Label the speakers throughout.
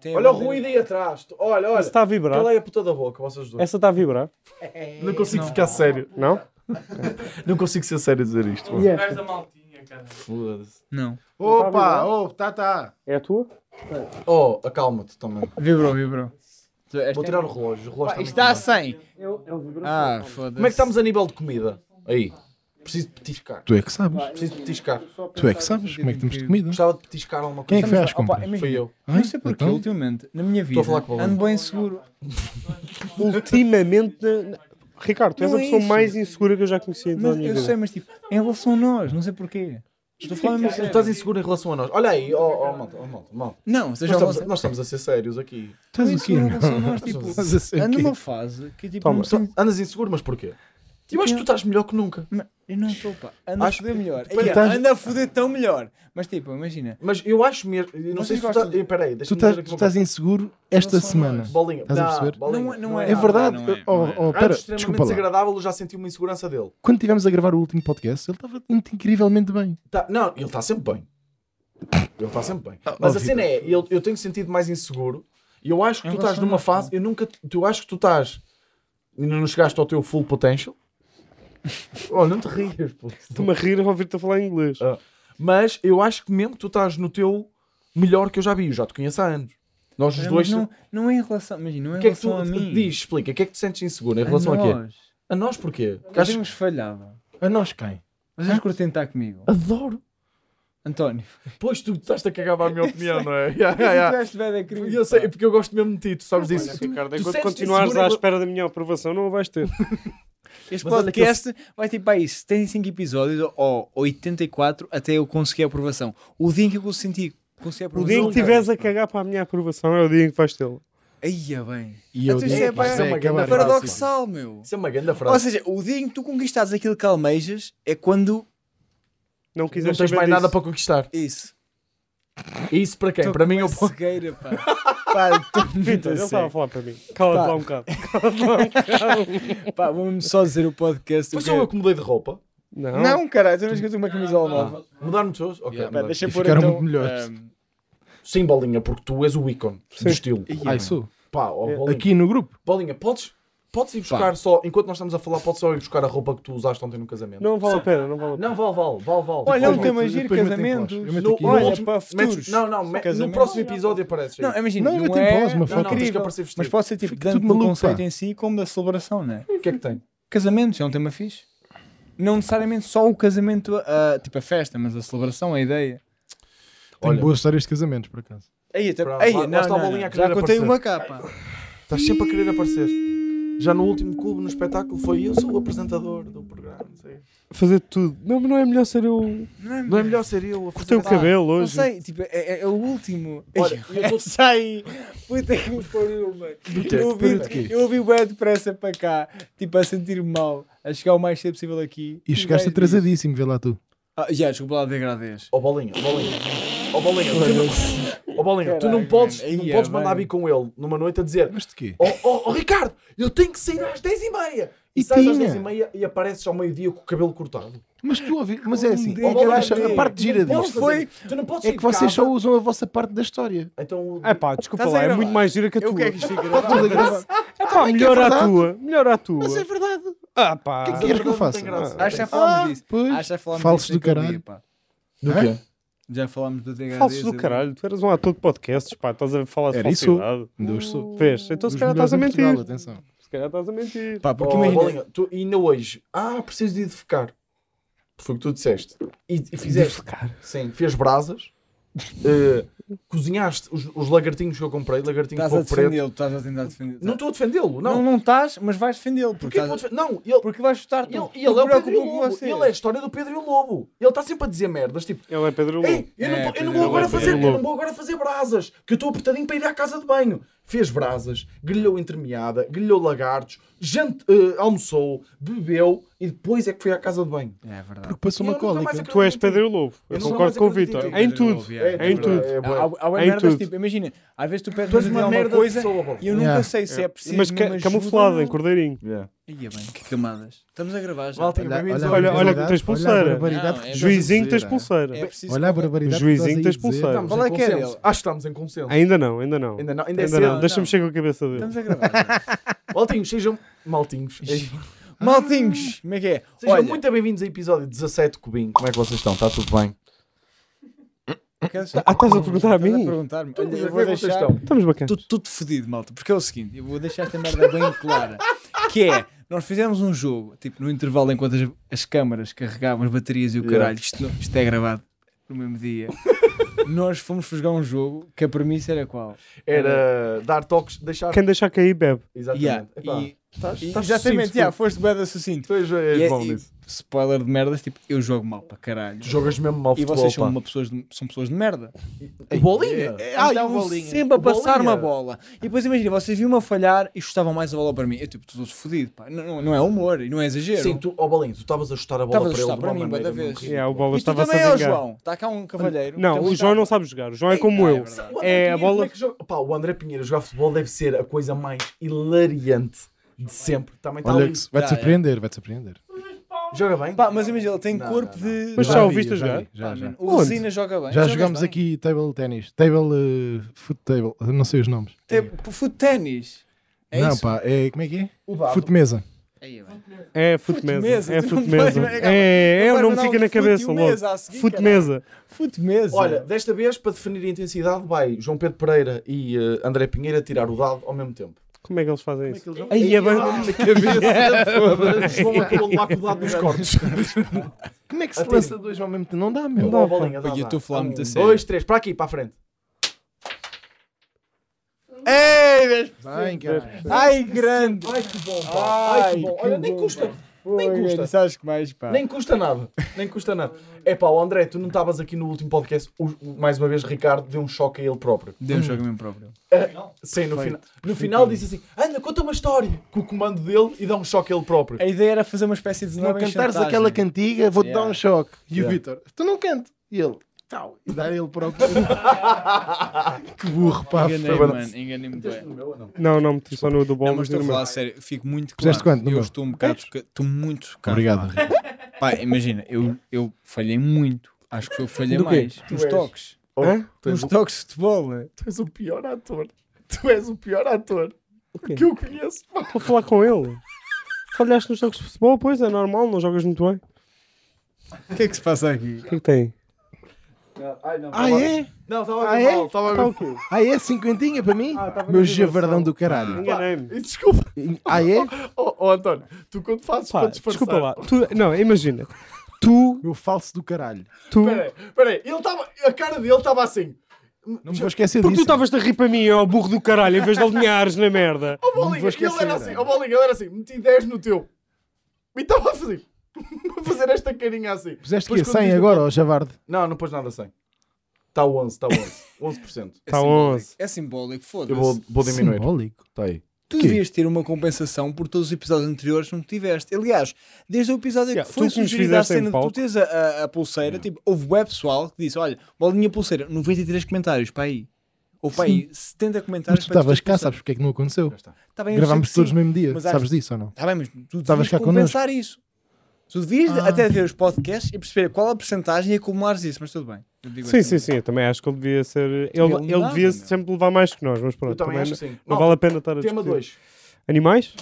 Speaker 1: Tem
Speaker 2: Olha o
Speaker 1: bandeira-
Speaker 2: ruído aí atrás. Tu- Olha, olha.
Speaker 3: tá
Speaker 4: Essa está a vibrar.
Speaker 2: Calei a puta da boca, vocês
Speaker 5: é
Speaker 2: dois.
Speaker 4: Essa está a vibrar.
Speaker 3: É,
Speaker 1: É,
Speaker 3: Não consigo ficar sério.
Speaker 4: Não?
Speaker 3: Não consigo ser sério a dizer isto. mano.
Speaker 4: E esta?
Speaker 5: Pés da maltinha, cara.
Speaker 2: Foda-se.
Speaker 5: Não.
Speaker 4: Tá
Speaker 6: Opa,
Speaker 4: a
Speaker 6: oh, tá, tá.
Speaker 4: É a tua?
Speaker 2: Oh, acalma-te também.
Speaker 1: Vibrou, vibrou.
Speaker 2: Vou tirar o relógio. O relógio
Speaker 1: é Pá,
Speaker 2: também
Speaker 1: isto está
Speaker 2: não.
Speaker 1: a 100. Ah, foda-se.
Speaker 2: Como é que estamos a nível de comida? Aí. Preciso de petiscar.
Speaker 3: Tu é que sabes.
Speaker 2: Preciso de petiscar.
Speaker 3: Tu é que sabes como é que temos de comida.
Speaker 2: Gostava de petiscar alguma
Speaker 3: Quem é
Speaker 2: coisa.
Speaker 3: que foi às
Speaker 1: Opa,
Speaker 3: compras?
Speaker 1: imagina,
Speaker 2: Fui eu.
Speaker 3: Ai,
Speaker 5: Não sei porque,
Speaker 3: então?
Speaker 5: ultimamente, na minha vida,
Speaker 2: Estou a falar com o Alan.
Speaker 5: ando bem seguro.
Speaker 4: Ultimamente. na- Ricardo, tu és
Speaker 5: Não
Speaker 4: a
Speaker 5: é
Speaker 4: pessoa
Speaker 5: isso.
Speaker 4: mais insegura que eu já conheci em toda a
Speaker 5: Mas
Speaker 4: minha
Speaker 5: eu
Speaker 4: vida.
Speaker 5: sei, mas tipo, em relação a nós, não sei porquê. Estou a falar mesmo
Speaker 2: Tu
Speaker 5: sério.
Speaker 2: estás inseguro em relação a nós. Olha aí, ó, ó, malta, ó, malta, malta.
Speaker 5: Não,
Speaker 2: Nós
Speaker 5: seja
Speaker 2: estamos, nós estamos a ser sérios aqui.
Speaker 3: Estás o
Speaker 5: inseguro
Speaker 3: quê,
Speaker 5: em
Speaker 3: meu?
Speaker 5: relação a nós, tipo,
Speaker 3: Estás a ser o
Speaker 5: ando
Speaker 3: quê?
Speaker 5: numa fase que tipo,
Speaker 4: Toma.
Speaker 5: não sinto-
Speaker 2: Andas inseguro, mas porquê? Eu acho que tu estás melhor que nunca.
Speaker 5: eu não estou, pá, ando a
Speaker 2: Acho-
Speaker 5: foder melhor.
Speaker 3: Espera,
Speaker 5: Ei,
Speaker 3: estás-
Speaker 5: Ando a foder tão melhor. Mas tipo, imagina,
Speaker 2: Mas eu acho mesmo. Eu não
Speaker 5: Vocês
Speaker 2: sei se tu
Speaker 5: gostam
Speaker 2: estás. Espera aí,
Speaker 3: Tu
Speaker 2: deixa-me
Speaker 3: estás,
Speaker 2: dizer
Speaker 3: tu
Speaker 2: aqui
Speaker 3: estás inseguro esta
Speaker 5: relação a
Speaker 3: semana.
Speaker 5: nós.
Speaker 2: Bolinha.
Speaker 3: Estás a
Speaker 2: Não,
Speaker 3: perceber?
Speaker 2: bolinha.
Speaker 5: Não é- não
Speaker 3: É verdade.
Speaker 5: Não é,
Speaker 3: Oh,
Speaker 5: não é.
Speaker 3: oh,
Speaker 2: Antes,
Speaker 3: pera,
Speaker 2: extremamente
Speaker 3: desculpa lá.
Speaker 2: desagradável, eu já senti uma insegurança dele.
Speaker 3: Quando estivemos a gravar o último podcast, ele estava incrivelmente bem.
Speaker 2: Tá- não, ele está sempre bem. Ele está sempre
Speaker 5: Ah,
Speaker 2: bem. Mas a
Speaker 3: Vitor.
Speaker 2: cena é, eu, eu tenho sentido mais inseguro e eu acho que
Speaker 5: Em
Speaker 2: tu estás
Speaker 5: relação
Speaker 2: numa
Speaker 5: a-
Speaker 2: fase. Eu nunca. Tu acho que tu estás. Ainda não chegaste ao teu full potential. Olha, não te rias, pô.
Speaker 4: Estou-me a rir a ouvir-te a falar
Speaker 5: Ah,
Speaker 4: inglês.
Speaker 2: Mas eu acho que mesmo que tu estás no teu melhor que eu já vi. Eu já te conheço há anos. Nós os
Speaker 5: mas
Speaker 2: dois.
Speaker 5: não, não é em relação, imagina, não é
Speaker 2: o
Speaker 5: em
Speaker 2: que é que tu
Speaker 5: relação a mim.
Speaker 2: diz? Explica. O que é que te sentes inseguro em
Speaker 5: a
Speaker 2: relação a, quê?
Speaker 5: nós.
Speaker 2: A nós porquê? Que
Speaker 5: Nós
Speaker 2: achas-
Speaker 5: temos falhado.
Speaker 3: A nós quem?
Speaker 5: Vocês curtem estar comigo.
Speaker 2: Adoro.
Speaker 5: António,
Speaker 2: Pois tu estás a cagar a minha opinião, não é? Ya, ya, ya.
Speaker 5: tu és de bad querido.
Speaker 2: Eu sei, porque eu gosto mesmo de ti, tu sabes disso.
Speaker 4: Ricardo,
Speaker 2: Tu
Speaker 4: enquanto
Speaker 2: sentes-te
Speaker 4: continuares
Speaker 2: inseguro em
Speaker 4: à
Speaker 2: rela-
Speaker 4: espera da minha aprovação, não a vais ter.
Speaker 5: Este
Speaker 2: Mas olha
Speaker 5: podcast vai tipo aí 75 episódios ou 84 até eu conseguir a aprovação. O dia em que eu consenti, consegui a
Speaker 4: O
Speaker 5: aprovação.
Speaker 4: dia em que estiveres a cagar para a minha aprovação é o dia em que vais tê-la.
Speaker 5: Aí é bem.
Speaker 3: E eu
Speaker 5: Então isso
Speaker 3: digo
Speaker 5: é
Speaker 3: que isto
Speaker 2: bem-
Speaker 3: é acabar
Speaker 2: é verdade.
Speaker 3: fácil.
Speaker 5: Paradoxal, meu.
Speaker 2: Isso é uma grande
Speaker 5: Ou
Speaker 2: frase.
Speaker 5: seja, o dia em que tu conquistares aquilo que almejas é quando.
Speaker 4: Não
Speaker 2: não
Speaker 4: quiseres
Speaker 2: tens
Speaker 4: saber
Speaker 2: mais
Speaker 4: disso.
Speaker 2: nada para conquistar.
Speaker 5: Isso.
Speaker 2: E isso para quem?
Speaker 5: Tô
Speaker 2: para
Speaker 5: com
Speaker 2: mim,
Speaker 5: uma
Speaker 2: eu posso.
Speaker 5: cegueira, pá. pá, tô
Speaker 4: Vitor,
Speaker 5: muito
Speaker 4: ele
Speaker 5: a
Speaker 4: estava a
Speaker 5: sério.
Speaker 4: falar para mim. Cala-te
Speaker 5: Pá.
Speaker 4: lá um bocado.
Speaker 5: Pá, vou-me só dizer o podcast.
Speaker 2: Foi
Speaker 5: o
Speaker 2: só eu que mudei de roupa.
Speaker 4: Não.
Speaker 5: Não, caralho, tu não escutas uma camisola nova.
Speaker 2: Mudaram-me de pessoas? Ok.
Speaker 5: Pá,
Speaker 2: mudei.
Speaker 5: deixa
Speaker 3: E
Speaker 5: eu pôr
Speaker 3: ficaram
Speaker 5: então,
Speaker 3: muito melhores.
Speaker 5: ahm,
Speaker 2: Sim, bolinha, porque tu és o ícone do estilo.
Speaker 3: Ai, sou.
Speaker 2: Pá, ó, bolinha.
Speaker 3: Aqui no grupo.
Speaker 2: Bolinha, podes, podes ir buscar só, enquanto nós estamos a falar, podes só ir buscar a roupa que tu usaste ontem no casamento.
Speaker 4: Não vale a pena, não vale a pena.
Speaker 2: Não, vale, vale, vale, vale.
Speaker 5: Olha, um
Speaker 2: Vale.
Speaker 5: tema
Speaker 3: depois
Speaker 5: giro,
Speaker 3: metem
Speaker 5: casamento.
Speaker 3: pós. Eu meto
Speaker 2: No-
Speaker 3: aqui.
Speaker 2: no
Speaker 5: Olha,
Speaker 2: último-
Speaker 5: para
Speaker 2: metes-
Speaker 5: futuros.
Speaker 2: Não, não, me- no
Speaker 5: Casamento.
Speaker 2: próximo episódio aparece.
Speaker 5: Não, imagina,
Speaker 3: Não,
Speaker 5: não,
Speaker 3: ainda tem
Speaker 5: é...
Speaker 3: pós, uma
Speaker 5: não,
Speaker 3: foto.
Speaker 5: não,
Speaker 2: tens que
Speaker 5: incrível.
Speaker 2: aparecer vestido.
Speaker 5: Mas pode ser tipo
Speaker 3: Fico
Speaker 5: tanto
Speaker 3: tudo
Speaker 5: do
Speaker 3: maluco,
Speaker 5: conceito
Speaker 3: pá.
Speaker 5: em si como da celebração, né?
Speaker 2: O que é que tem?
Speaker 5: Casamentos é um tema fixe. Não necessariamente só o casamento, ah, tipo a festa, mas a celebração, a ideia.
Speaker 2: Olha.
Speaker 3: Tenho boas histórias de casamentos, por acaso.
Speaker 5: Aí, até...
Speaker 2: Pronto,
Speaker 5: aí,
Speaker 2: lá- lá
Speaker 5: não,
Speaker 2: está a
Speaker 5: não,
Speaker 2: bolinha
Speaker 5: não.
Speaker 2: a querer
Speaker 5: Já contei
Speaker 2: aparecer.
Speaker 5: uma capa.
Speaker 2: Estás sempre a querer aparecer. Já no último clube, no espetáculo, foi eu sou o apresentador do programa. Não, sei.
Speaker 4: Fazer tudo. Não, mas não é melhor ser eu.
Speaker 5: um
Speaker 2: não é melhor ser eu a fazer
Speaker 4: Cortei o
Speaker 2: essa-
Speaker 4: cabelo
Speaker 5: Não
Speaker 4: hoje.
Speaker 5: sei, tipo, é, é- é o último.
Speaker 2: Olha,
Speaker 5: Ei,
Speaker 2: eu tô-
Speaker 5: essa aí, puta que me pariu, mano.
Speaker 3: quê?
Speaker 5: Eu
Speaker 3: Para de quê?
Speaker 5: ouvi, eu ouvi bué depressa para cá, tipo, a sentir-me mal, a chegar o mais cedo possível aqui.
Speaker 3: E chegaste
Speaker 5: o gajo diz-
Speaker 3: atrasadíssimo, vê lá tu.
Speaker 5: Ah, já, desculpa lá, degradês.
Speaker 2: Ó bolinha, ó bolinha. Ó bolinha, tu não, ó bolinha, tu não
Speaker 5: Caralho,
Speaker 2: podes,
Speaker 5: mano.
Speaker 2: não
Speaker 5: Ia,
Speaker 2: podes mandar
Speaker 5: mano.
Speaker 2: vir com ele numa noite a dizer
Speaker 3: Mas de quê?
Speaker 2: Ó ó, ó, Ricardo, eu tenho que sair às 10h30. E,
Speaker 3: E
Speaker 2: sais
Speaker 3: tinha.
Speaker 2: às 10h30 e apareces ao meio-dia com o cabelo cortado.
Speaker 3: Mas tu ouvi, mas é assim,
Speaker 5: Deus,
Speaker 3: é que eu acho
Speaker 5: Deus.
Speaker 3: a parte gira
Speaker 2: Não
Speaker 3: disto
Speaker 2: foi. Tu não podes
Speaker 3: é
Speaker 2: sair
Speaker 3: que
Speaker 2: de
Speaker 3: vocês só
Speaker 2: casa.
Speaker 3: usam a vossa parte da história.
Speaker 2: Então,
Speaker 4: É pá, desculpa
Speaker 5: Estás a
Speaker 4: lá, é
Speaker 5: gravar?
Speaker 4: muito mais gira que a
Speaker 5: Eu
Speaker 4: tua.
Speaker 5: quero que isto fique gravado.
Speaker 3: Tudo é gravado.
Speaker 4: É pá,
Speaker 3: bem que é
Speaker 4: melhor a
Speaker 3: verdade.
Speaker 4: tua. Melhor a tua.
Speaker 3: Mas é verdade.
Speaker 4: Ah pá.
Speaker 3: que é queres que eu
Speaker 2: não tem
Speaker 3: faça?
Speaker 5: Acho
Speaker 2: graça.
Speaker 5: que é já
Speaker 3: Ah,
Speaker 5: falámos disso.
Speaker 3: pois.
Speaker 5: Acho que já falámos
Speaker 3: Falsos
Speaker 5: disso
Speaker 3: do
Speaker 5: naquele
Speaker 3: caralho.
Speaker 5: dia, pá.
Speaker 2: do quê?
Speaker 5: Já falámos do THD.
Speaker 4: Falsos do caralho. Tu eras um ator de podcasts, pá. Estás a falar de
Speaker 3: Era isso.
Speaker 4: falsidade.
Speaker 3: Ainda hoje sou.
Speaker 4: Vês? Então
Speaker 3: Dos
Speaker 4: se calhar estás
Speaker 3: melhores
Speaker 4: a
Speaker 3: em
Speaker 4: mentir.
Speaker 3: Portugal, atenção.
Speaker 4: Se calhar estás a mentir.
Speaker 5: Pá, porque
Speaker 2: Ó,
Speaker 5: imagina.
Speaker 2: Oh, bolinha, tu ainda hoje, ah, preciso de edificar. Foi o que tu disseste. E, e fizeste. Sim, fez brasas. eh, cozinhaste os, os lagartinhos que eu comprei, lagartinho
Speaker 5: Estás a
Speaker 2: pouco preto.
Speaker 5: defendê-lo, estás a tentar defendê-lo.
Speaker 2: Não estou a defendê-lo,
Speaker 5: não,
Speaker 2: não.
Speaker 5: não estás, mas vais defendê-lo. Porque,
Speaker 2: Porquê que vou
Speaker 5: estás a-
Speaker 2: defender? Não, ele,
Speaker 5: porque vais chutar tu.
Speaker 2: ele,
Speaker 5: Não
Speaker 2: ele é o
Speaker 5: te
Speaker 2: Pedro e
Speaker 5: preocupes
Speaker 2: o
Speaker 5: com
Speaker 2: Lobo.
Speaker 5: você.
Speaker 2: Ele é a história do Pedro e o Lobo. Ele está sempre a dizer merdas, tipo,
Speaker 4: Ele é Pedro Lobo.
Speaker 2: Ei, eu, não,
Speaker 5: É,
Speaker 2: vou- eu não
Speaker 5: Pedro
Speaker 2: vou
Speaker 5: Lobo,
Speaker 2: agora
Speaker 5: Pedro
Speaker 2: fazer, eu não
Speaker 4: Lobo.
Speaker 2: vou agora fazer brasas, que eu estou apertadinho para ir à casa de banho. Fez brasas, grelhou entremeada, grelhou lagartos, jante, eh, almoçou, bebeu e depois é que foi à casa de banho.
Speaker 5: É verdade.
Speaker 3: Porque passou
Speaker 2: Eu
Speaker 3: uma
Speaker 2: nunca mais
Speaker 3: cólica.
Speaker 2: acredito.
Speaker 4: Tu és Pedro Lobo. Eu
Speaker 2: Eu não
Speaker 4: concordo
Speaker 2: sou
Speaker 4: com o
Speaker 2: mais acredito
Speaker 4: Vitor.
Speaker 2: em ti.
Speaker 4: Em tudo.
Speaker 5: É,
Speaker 4: em tudo.
Speaker 2: É,
Speaker 5: Há,
Speaker 2: bué.
Speaker 5: há bué
Speaker 4: Em
Speaker 5: merdas,
Speaker 4: tudo.
Speaker 5: tipo, imagina, às vezes tu
Speaker 2: Tu és
Speaker 5: pedes-me
Speaker 2: uma
Speaker 5: alguma
Speaker 2: merda de
Speaker 5: coisa
Speaker 2: pessoa, pô.
Speaker 5: e eu nunca
Speaker 3: Yeah.
Speaker 5: sei se é preciso.
Speaker 4: Mas
Speaker 5: de
Speaker 4: ca-
Speaker 5: uma ajuda
Speaker 4: camuflado
Speaker 5: ou
Speaker 4: em
Speaker 5: não.
Speaker 4: cordeirinho.
Speaker 2: Yeah.
Speaker 5: Ia bem, que camadas. Estamos a gravar já.
Speaker 2: Maltinha, bem-vindos ao-
Speaker 4: olha- olha que tens pulseira.
Speaker 3: barbaridade
Speaker 5: Não,
Speaker 3: que
Speaker 5: é
Speaker 3: estás a
Speaker 4: Juizinho, tens
Speaker 3: dizer.
Speaker 4: pulseira.
Speaker 5: é preciso.
Speaker 3: Olha a barbaridade
Speaker 4: Juizinho,
Speaker 3: que
Speaker 4: tens
Speaker 3: estás a dizer.
Speaker 2: Estamos
Speaker 5: Qual é
Speaker 2: em
Speaker 5: que é
Speaker 2: consenso.
Speaker 5: dele?
Speaker 2: Acho que estamos em consenso.
Speaker 4: Ainda não, ainda não.
Speaker 2: Ainda não, ainda é
Speaker 4: Ainda
Speaker 2: cedo.
Speaker 4: não. Deixa-me
Speaker 5: não.
Speaker 4: chegar com a cabeça dele.
Speaker 5: Estamos a gravar.
Speaker 2: Maltinhos, sejam. Maltinhos. Sejam
Speaker 5: Maltinhos, como é que é? Olha,
Speaker 2: muito bem-vindos ao episódio 17 Cubinho. Como é que vocês estão? Está tudo bem?
Speaker 5: quero só-
Speaker 4: Ah, estás a perguntar a
Speaker 5: Estás a
Speaker 4: mim?
Speaker 5: perguntar-me. Olha, eu
Speaker 2: Como é
Speaker 5: vou
Speaker 2: que vocês
Speaker 5: deixar.
Speaker 2: estão?
Speaker 4: Estamos bacanas.
Speaker 5: Estou tudo fodido, malta, porque é o seguinte, eu vou deixar esta merda bem clara, que é, nós fizemos um jogo, tipo, no intervalo enquanto as, as câmaras carregavam as baterias e o
Speaker 2: Yeah.
Speaker 5: caralho, isto, não- isto é gravado no mesmo dia, nós fomos jogar um jogo que a premissa era qual?
Speaker 2: Era dar toques, deixar.
Speaker 4: Quem deixar cair, bebe.
Speaker 2: Exatamente.
Speaker 5: Yeah,
Speaker 2: Epá,
Speaker 5: e,
Speaker 2: estás-
Speaker 5: e,
Speaker 2: estás
Speaker 5: exatamente,
Speaker 2: sucinto,
Speaker 5: yeah, foste bem sucinto.
Speaker 2: Tu és, és
Speaker 5: E-
Speaker 2: bom
Speaker 5: e-
Speaker 2: nisso.
Speaker 5: Spoiler de merdas, tipo, eu jogo mal para caralho.
Speaker 2: Tu jogas mesmo mal
Speaker 5: E
Speaker 2: futebol.
Speaker 5: vocês são,
Speaker 2: pá.
Speaker 5: uma pessoas de- são pessoas de merda.
Speaker 2: O bolinha?
Speaker 5: É, é,
Speaker 2: Ah,
Speaker 5: ah,
Speaker 2: e o
Speaker 5: estavam
Speaker 2: bolinha?
Speaker 5: sempre a
Speaker 2: O
Speaker 5: passar
Speaker 2: bolinha?
Speaker 5: uma bola. E depois imagina, vocês viam-me a falhar e chutavam mais a bola para mim. Eu tipo, estou todo fodido, pá. Não, não- não é humor e não é exagero.
Speaker 2: Sim, tu, ó Bolinho, tu estavas a chutar a bola
Speaker 5: Estavas a
Speaker 2: para ele
Speaker 5: chutar
Speaker 2: de
Speaker 5: para
Speaker 2: uma
Speaker 5: mim, bué
Speaker 2: maneira.
Speaker 5: da
Speaker 2: mesmo
Speaker 5: vez.
Speaker 2: ridícula.
Speaker 4: É, o bola
Speaker 5: e tu
Speaker 4: estava-se
Speaker 5: também
Speaker 4: a
Speaker 5: é o
Speaker 4: vingar.
Speaker 5: João. Está cá um cavalheiro.
Speaker 4: Não,
Speaker 5: Também
Speaker 4: o João
Speaker 5: tá-
Speaker 4: não sabe jogar. O João é como
Speaker 5: Ah, é
Speaker 4: eu.
Speaker 5: verdade.
Speaker 2: O André
Speaker 4: É a
Speaker 2: Pinheiro, como
Speaker 4: bola.
Speaker 2: é que joga? Pá, o André Pinheiro jogar futebol deve ser a coisa mais hilariante de sempre. Também está
Speaker 3: Olha,
Speaker 2: ali.
Speaker 3: que se- vai-te
Speaker 5: Já,
Speaker 3: surpreender, vai-te surpreender.
Speaker 2: Joga bem?
Speaker 5: Pá, mas imagina, ele tem
Speaker 2: Não,
Speaker 5: corpo
Speaker 2: não, não.
Speaker 5: de.
Speaker 4: Mas
Speaker 5: Pá,
Speaker 4: já
Speaker 3: vi,
Speaker 4: ouviste a
Speaker 3: já
Speaker 4: jogar?
Speaker 3: vi, Já,
Speaker 5: pá,
Speaker 3: já.
Speaker 5: man, Ah, O
Speaker 4: Onde?
Speaker 5: Lucina joga bem.
Speaker 3: Já
Speaker 5: jogas
Speaker 3: jogámos
Speaker 5: bem.
Speaker 3: aqui table tennis, table eh, foot table, eu não sei os nomes.
Speaker 5: Tem fute ténis. É
Speaker 3: não,
Speaker 5: isso?
Speaker 3: pá, é como é que é?
Speaker 2: O dado.
Speaker 3: Foot mesa.
Speaker 5: Aí, bem.
Speaker 4: É futmesa.
Speaker 5: Futmesa,
Speaker 4: É
Speaker 5: tu não
Speaker 4: futmesa.
Speaker 5: vais-
Speaker 4: É, é,
Speaker 5: Não
Speaker 4: o
Speaker 5: vais
Speaker 4: nome
Speaker 5: mandar
Speaker 4: fica
Speaker 5: um fute
Speaker 4: na
Speaker 5: e
Speaker 4: cabeça logo.
Speaker 5: mesa assim, a seguir,
Speaker 4: Futmesa.
Speaker 5: Fute-mesa.
Speaker 2: Olha, desta vez, para definir a intensidade, vai João Pedro Pereira e eh, André Pinheiro a tirar o dado ao mesmo tempo.
Speaker 4: Como é que eles fazem isso?
Speaker 2: eles vão?
Speaker 4: Aí é bem.
Speaker 2: na cabeça. João acabou de lá com o dado nos cortes.
Speaker 3: Como é que
Speaker 2: se
Speaker 3: se
Speaker 2: lança
Speaker 3: lança dois ao mesmo tempo? Não dá,
Speaker 2: Não
Speaker 3: meu.
Speaker 2: dá, bolinha, dá,
Speaker 5: Ui, eu
Speaker 2: dá.
Speaker 5: estou a falar
Speaker 2: um,
Speaker 5: muito a sério.
Speaker 2: dois, três, para aqui, para a frente.
Speaker 3: Ai, caralho.
Speaker 5: Ai, grande.
Speaker 2: Ai que bom, pá. Ai, que
Speaker 5: Ai,
Speaker 2: bom.
Speaker 5: que
Speaker 2: Olha, nem
Speaker 5: bom,
Speaker 2: custa.
Speaker 5: Pô,
Speaker 2: custa.
Speaker 5: Guilherme, Sabes que mais, pá.
Speaker 2: Nem custa nada, nem custa nada. É pá, o André, tu não estavas aqui no último podcast, o- o- mais uma vez, Ricardo deu um choque a ele próprio.
Speaker 5: Deu um jogo mesmo próprio.
Speaker 2: Sim, no final. No final disse assim: Anda, conta uma história com o comando dele e dá um choque a ele próprio.
Speaker 5: A ideia era fazer uma espécie de
Speaker 3: Se não
Speaker 5: nova
Speaker 3: cantares
Speaker 5: chantagem.
Speaker 3: aquela cantiga, vou-te
Speaker 5: Yeah.
Speaker 3: dar um choque. E
Speaker 2: Yeah.
Speaker 3: o Vitor, tu não canto. E ele, tal. E dá ele próprio. que burro, pá.
Speaker 5: Enganei, mano. Enganei-me bem.
Speaker 4: Não, não, meti só no do
Speaker 5: Não,
Speaker 4: bolo.
Speaker 5: mas
Speaker 4: meti
Speaker 5: estou
Speaker 4: no
Speaker 5: a
Speaker 4: meu.
Speaker 5: falar a sério. Fico muito
Speaker 3: Puseste
Speaker 5: claro.
Speaker 3: quanto no
Speaker 5: Eu
Speaker 3: meu?
Speaker 5: estou um bocado... toca- Estou muito tocado.
Speaker 3: Obrigado.
Speaker 5: pá. Pá, imagina. Eu, eu falhei muito. Acho que eu falhei
Speaker 4: Do quê?
Speaker 5: mais.
Speaker 2: Tu
Speaker 5: Nos
Speaker 2: és-
Speaker 5: toques.
Speaker 2: Oh,
Speaker 4: Hã?
Speaker 2: tu,
Speaker 5: Nos
Speaker 2: és o,
Speaker 5: toques de futebol, né?
Speaker 2: tu és o pior ator. Tu és o pior ator
Speaker 4: quê?
Speaker 2: que eu conheço. pá.
Speaker 4: Vou falar com ele. Falhaste nos jogos de futebol, pois é normal, não jogas muito bem.
Speaker 5: O que é que se passa aqui?
Speaker 4: O que é que tem?
Speaker 3: Ah, é?
Speaker 2: Não, estava a
Speaker 3: Ah,
Speaker 2: ver
Speaker 3: é?
Speaker 2: mal. Estava a ver
Speaker 4: Tá
Speaker 2: mal.
Speaker 4: o quê?
Speaker 3: Ah, é? Cinquentinha para mim?
Speaker 5: Ah,
Speaker 3: meu javardão do caralho.
Speaker 4: Enganei-me.
Speaker 2: E Desculpa,
Speaker 3: Ah, é?
Speaker 2: oh, oh, António, tu quando fazes
Speaker 4: Pá,
Speaker 2: para disfarçar.
Speaker 4: desculpa lá. Tu- não, imagina. Tu,
Speaker 3: Meu falso do caralho.
Speaker 4: tu.
Speaker 2: Peraí, peraí, ele estava. A cara dele estava assim.
Speaker 3: Não me vou esquecer
Speaker 4: Porque tu
Speaker 3: disso.
Speaker 4: estavas a rir para mim, ó burro do caralho, em vez de alinhares na merda.
Speaker 2: Ó
Speaker 3: Não me
Speaker 2: bolinha,
Speaker 3: vou
Speaker 2: e ele
Speaker 3: esquecer.
Speaker 2: era assim, ó bolinha, ele era assim, meti 10 no teu. E estava a fazer. a fazer esta carinha assim.
Speaker 3: Puseste que
Speaker 2: Depois quando
Speaker 3: 100
Speaker 2: diz-
Speaker 3: agora, ó Javarde.
Speaker 2: Não, não pôs nada 100. Está 11, está 11. 11%.
Speaker 5: É
Speaker 4: Tá
Speaker 5: simbólico.
Speaker 4: 11.
Speaker 5: É simbólico,
Speaker 2: Eu vou,
Speaker 5: foda-se.
Speaker 2: vou diminuir.
Speaker 3: Simbólico.
Speaker 2: Está aí.
Speaker 5: Tu devias ter uma compensação por todos os episódios anteriores que não tiveste. Aliás, desde o episódio
Speaker 4: Yeah,
Speaker 5: que foi
Speaker 4: tu que nos
Speaker 5: sugerido à
Speaker 4: fizeste em
Speaker 5: cena de tu
Speaker 4: palco.
Speaker 5: teres a, a- a pulseira, tipo, houve web pessoal que disse: olha, bolinha pulseira, 93 comentários, pá aí. Ou pá aí, 70
Speaker 3: Mas
Speaker 5: comentários.
Speaker 3: tu
Speaker 5: para teres
Speaker 3: estavas cá,
Speaker 5: pulseira.
Speaker 3: sabes porque é que não aconteceu?
Speaker 5: Tá bem, eu
Speaker 3: Gravámos
Speaker 5: sei que
Speaker 3: todos
Speaker 5: sim.
Speaker 3: no mesmo dia.
Speaker 5: Mas
Speaker 3: Sabes
Speaker 5: acho-
Speaker 3: disso ou não?
Speaker 5: Tá bem, mas tu
Speaker 3: Estavas
Speaker 5: devias
Speaker 3: cá
Speaker 5: compensar isso. Tu devias até ver os podcasts e perceber qual a porcentagem e acumulares isso, mas tudo bem. Eu digo
Speaker 4: Sim,
Speaker 5: assim,
Speaker 4: sim, sim. Eu também acho que ele devia é? ser.
Speaker 5: Ele
Speaker 4: Ele,
Speaker 5: não
Speaker 4: ele
Speaker 5: dá,
Speaker 4: devia
Speaker 5: meu.
Speaker 4: sempre levar mais que nós, mas pronto.
Speaker 2: Eu também acho
Speaker 4: não-
Speaker 2: que sim.
Speaker 4: Não
Speaker 2: Malta,
Speaker 4: vale a pena estar a
Speaker 2: Tema
Speaker 4: discutir.
Speaker 2: 2.
Speaker 4: Animais?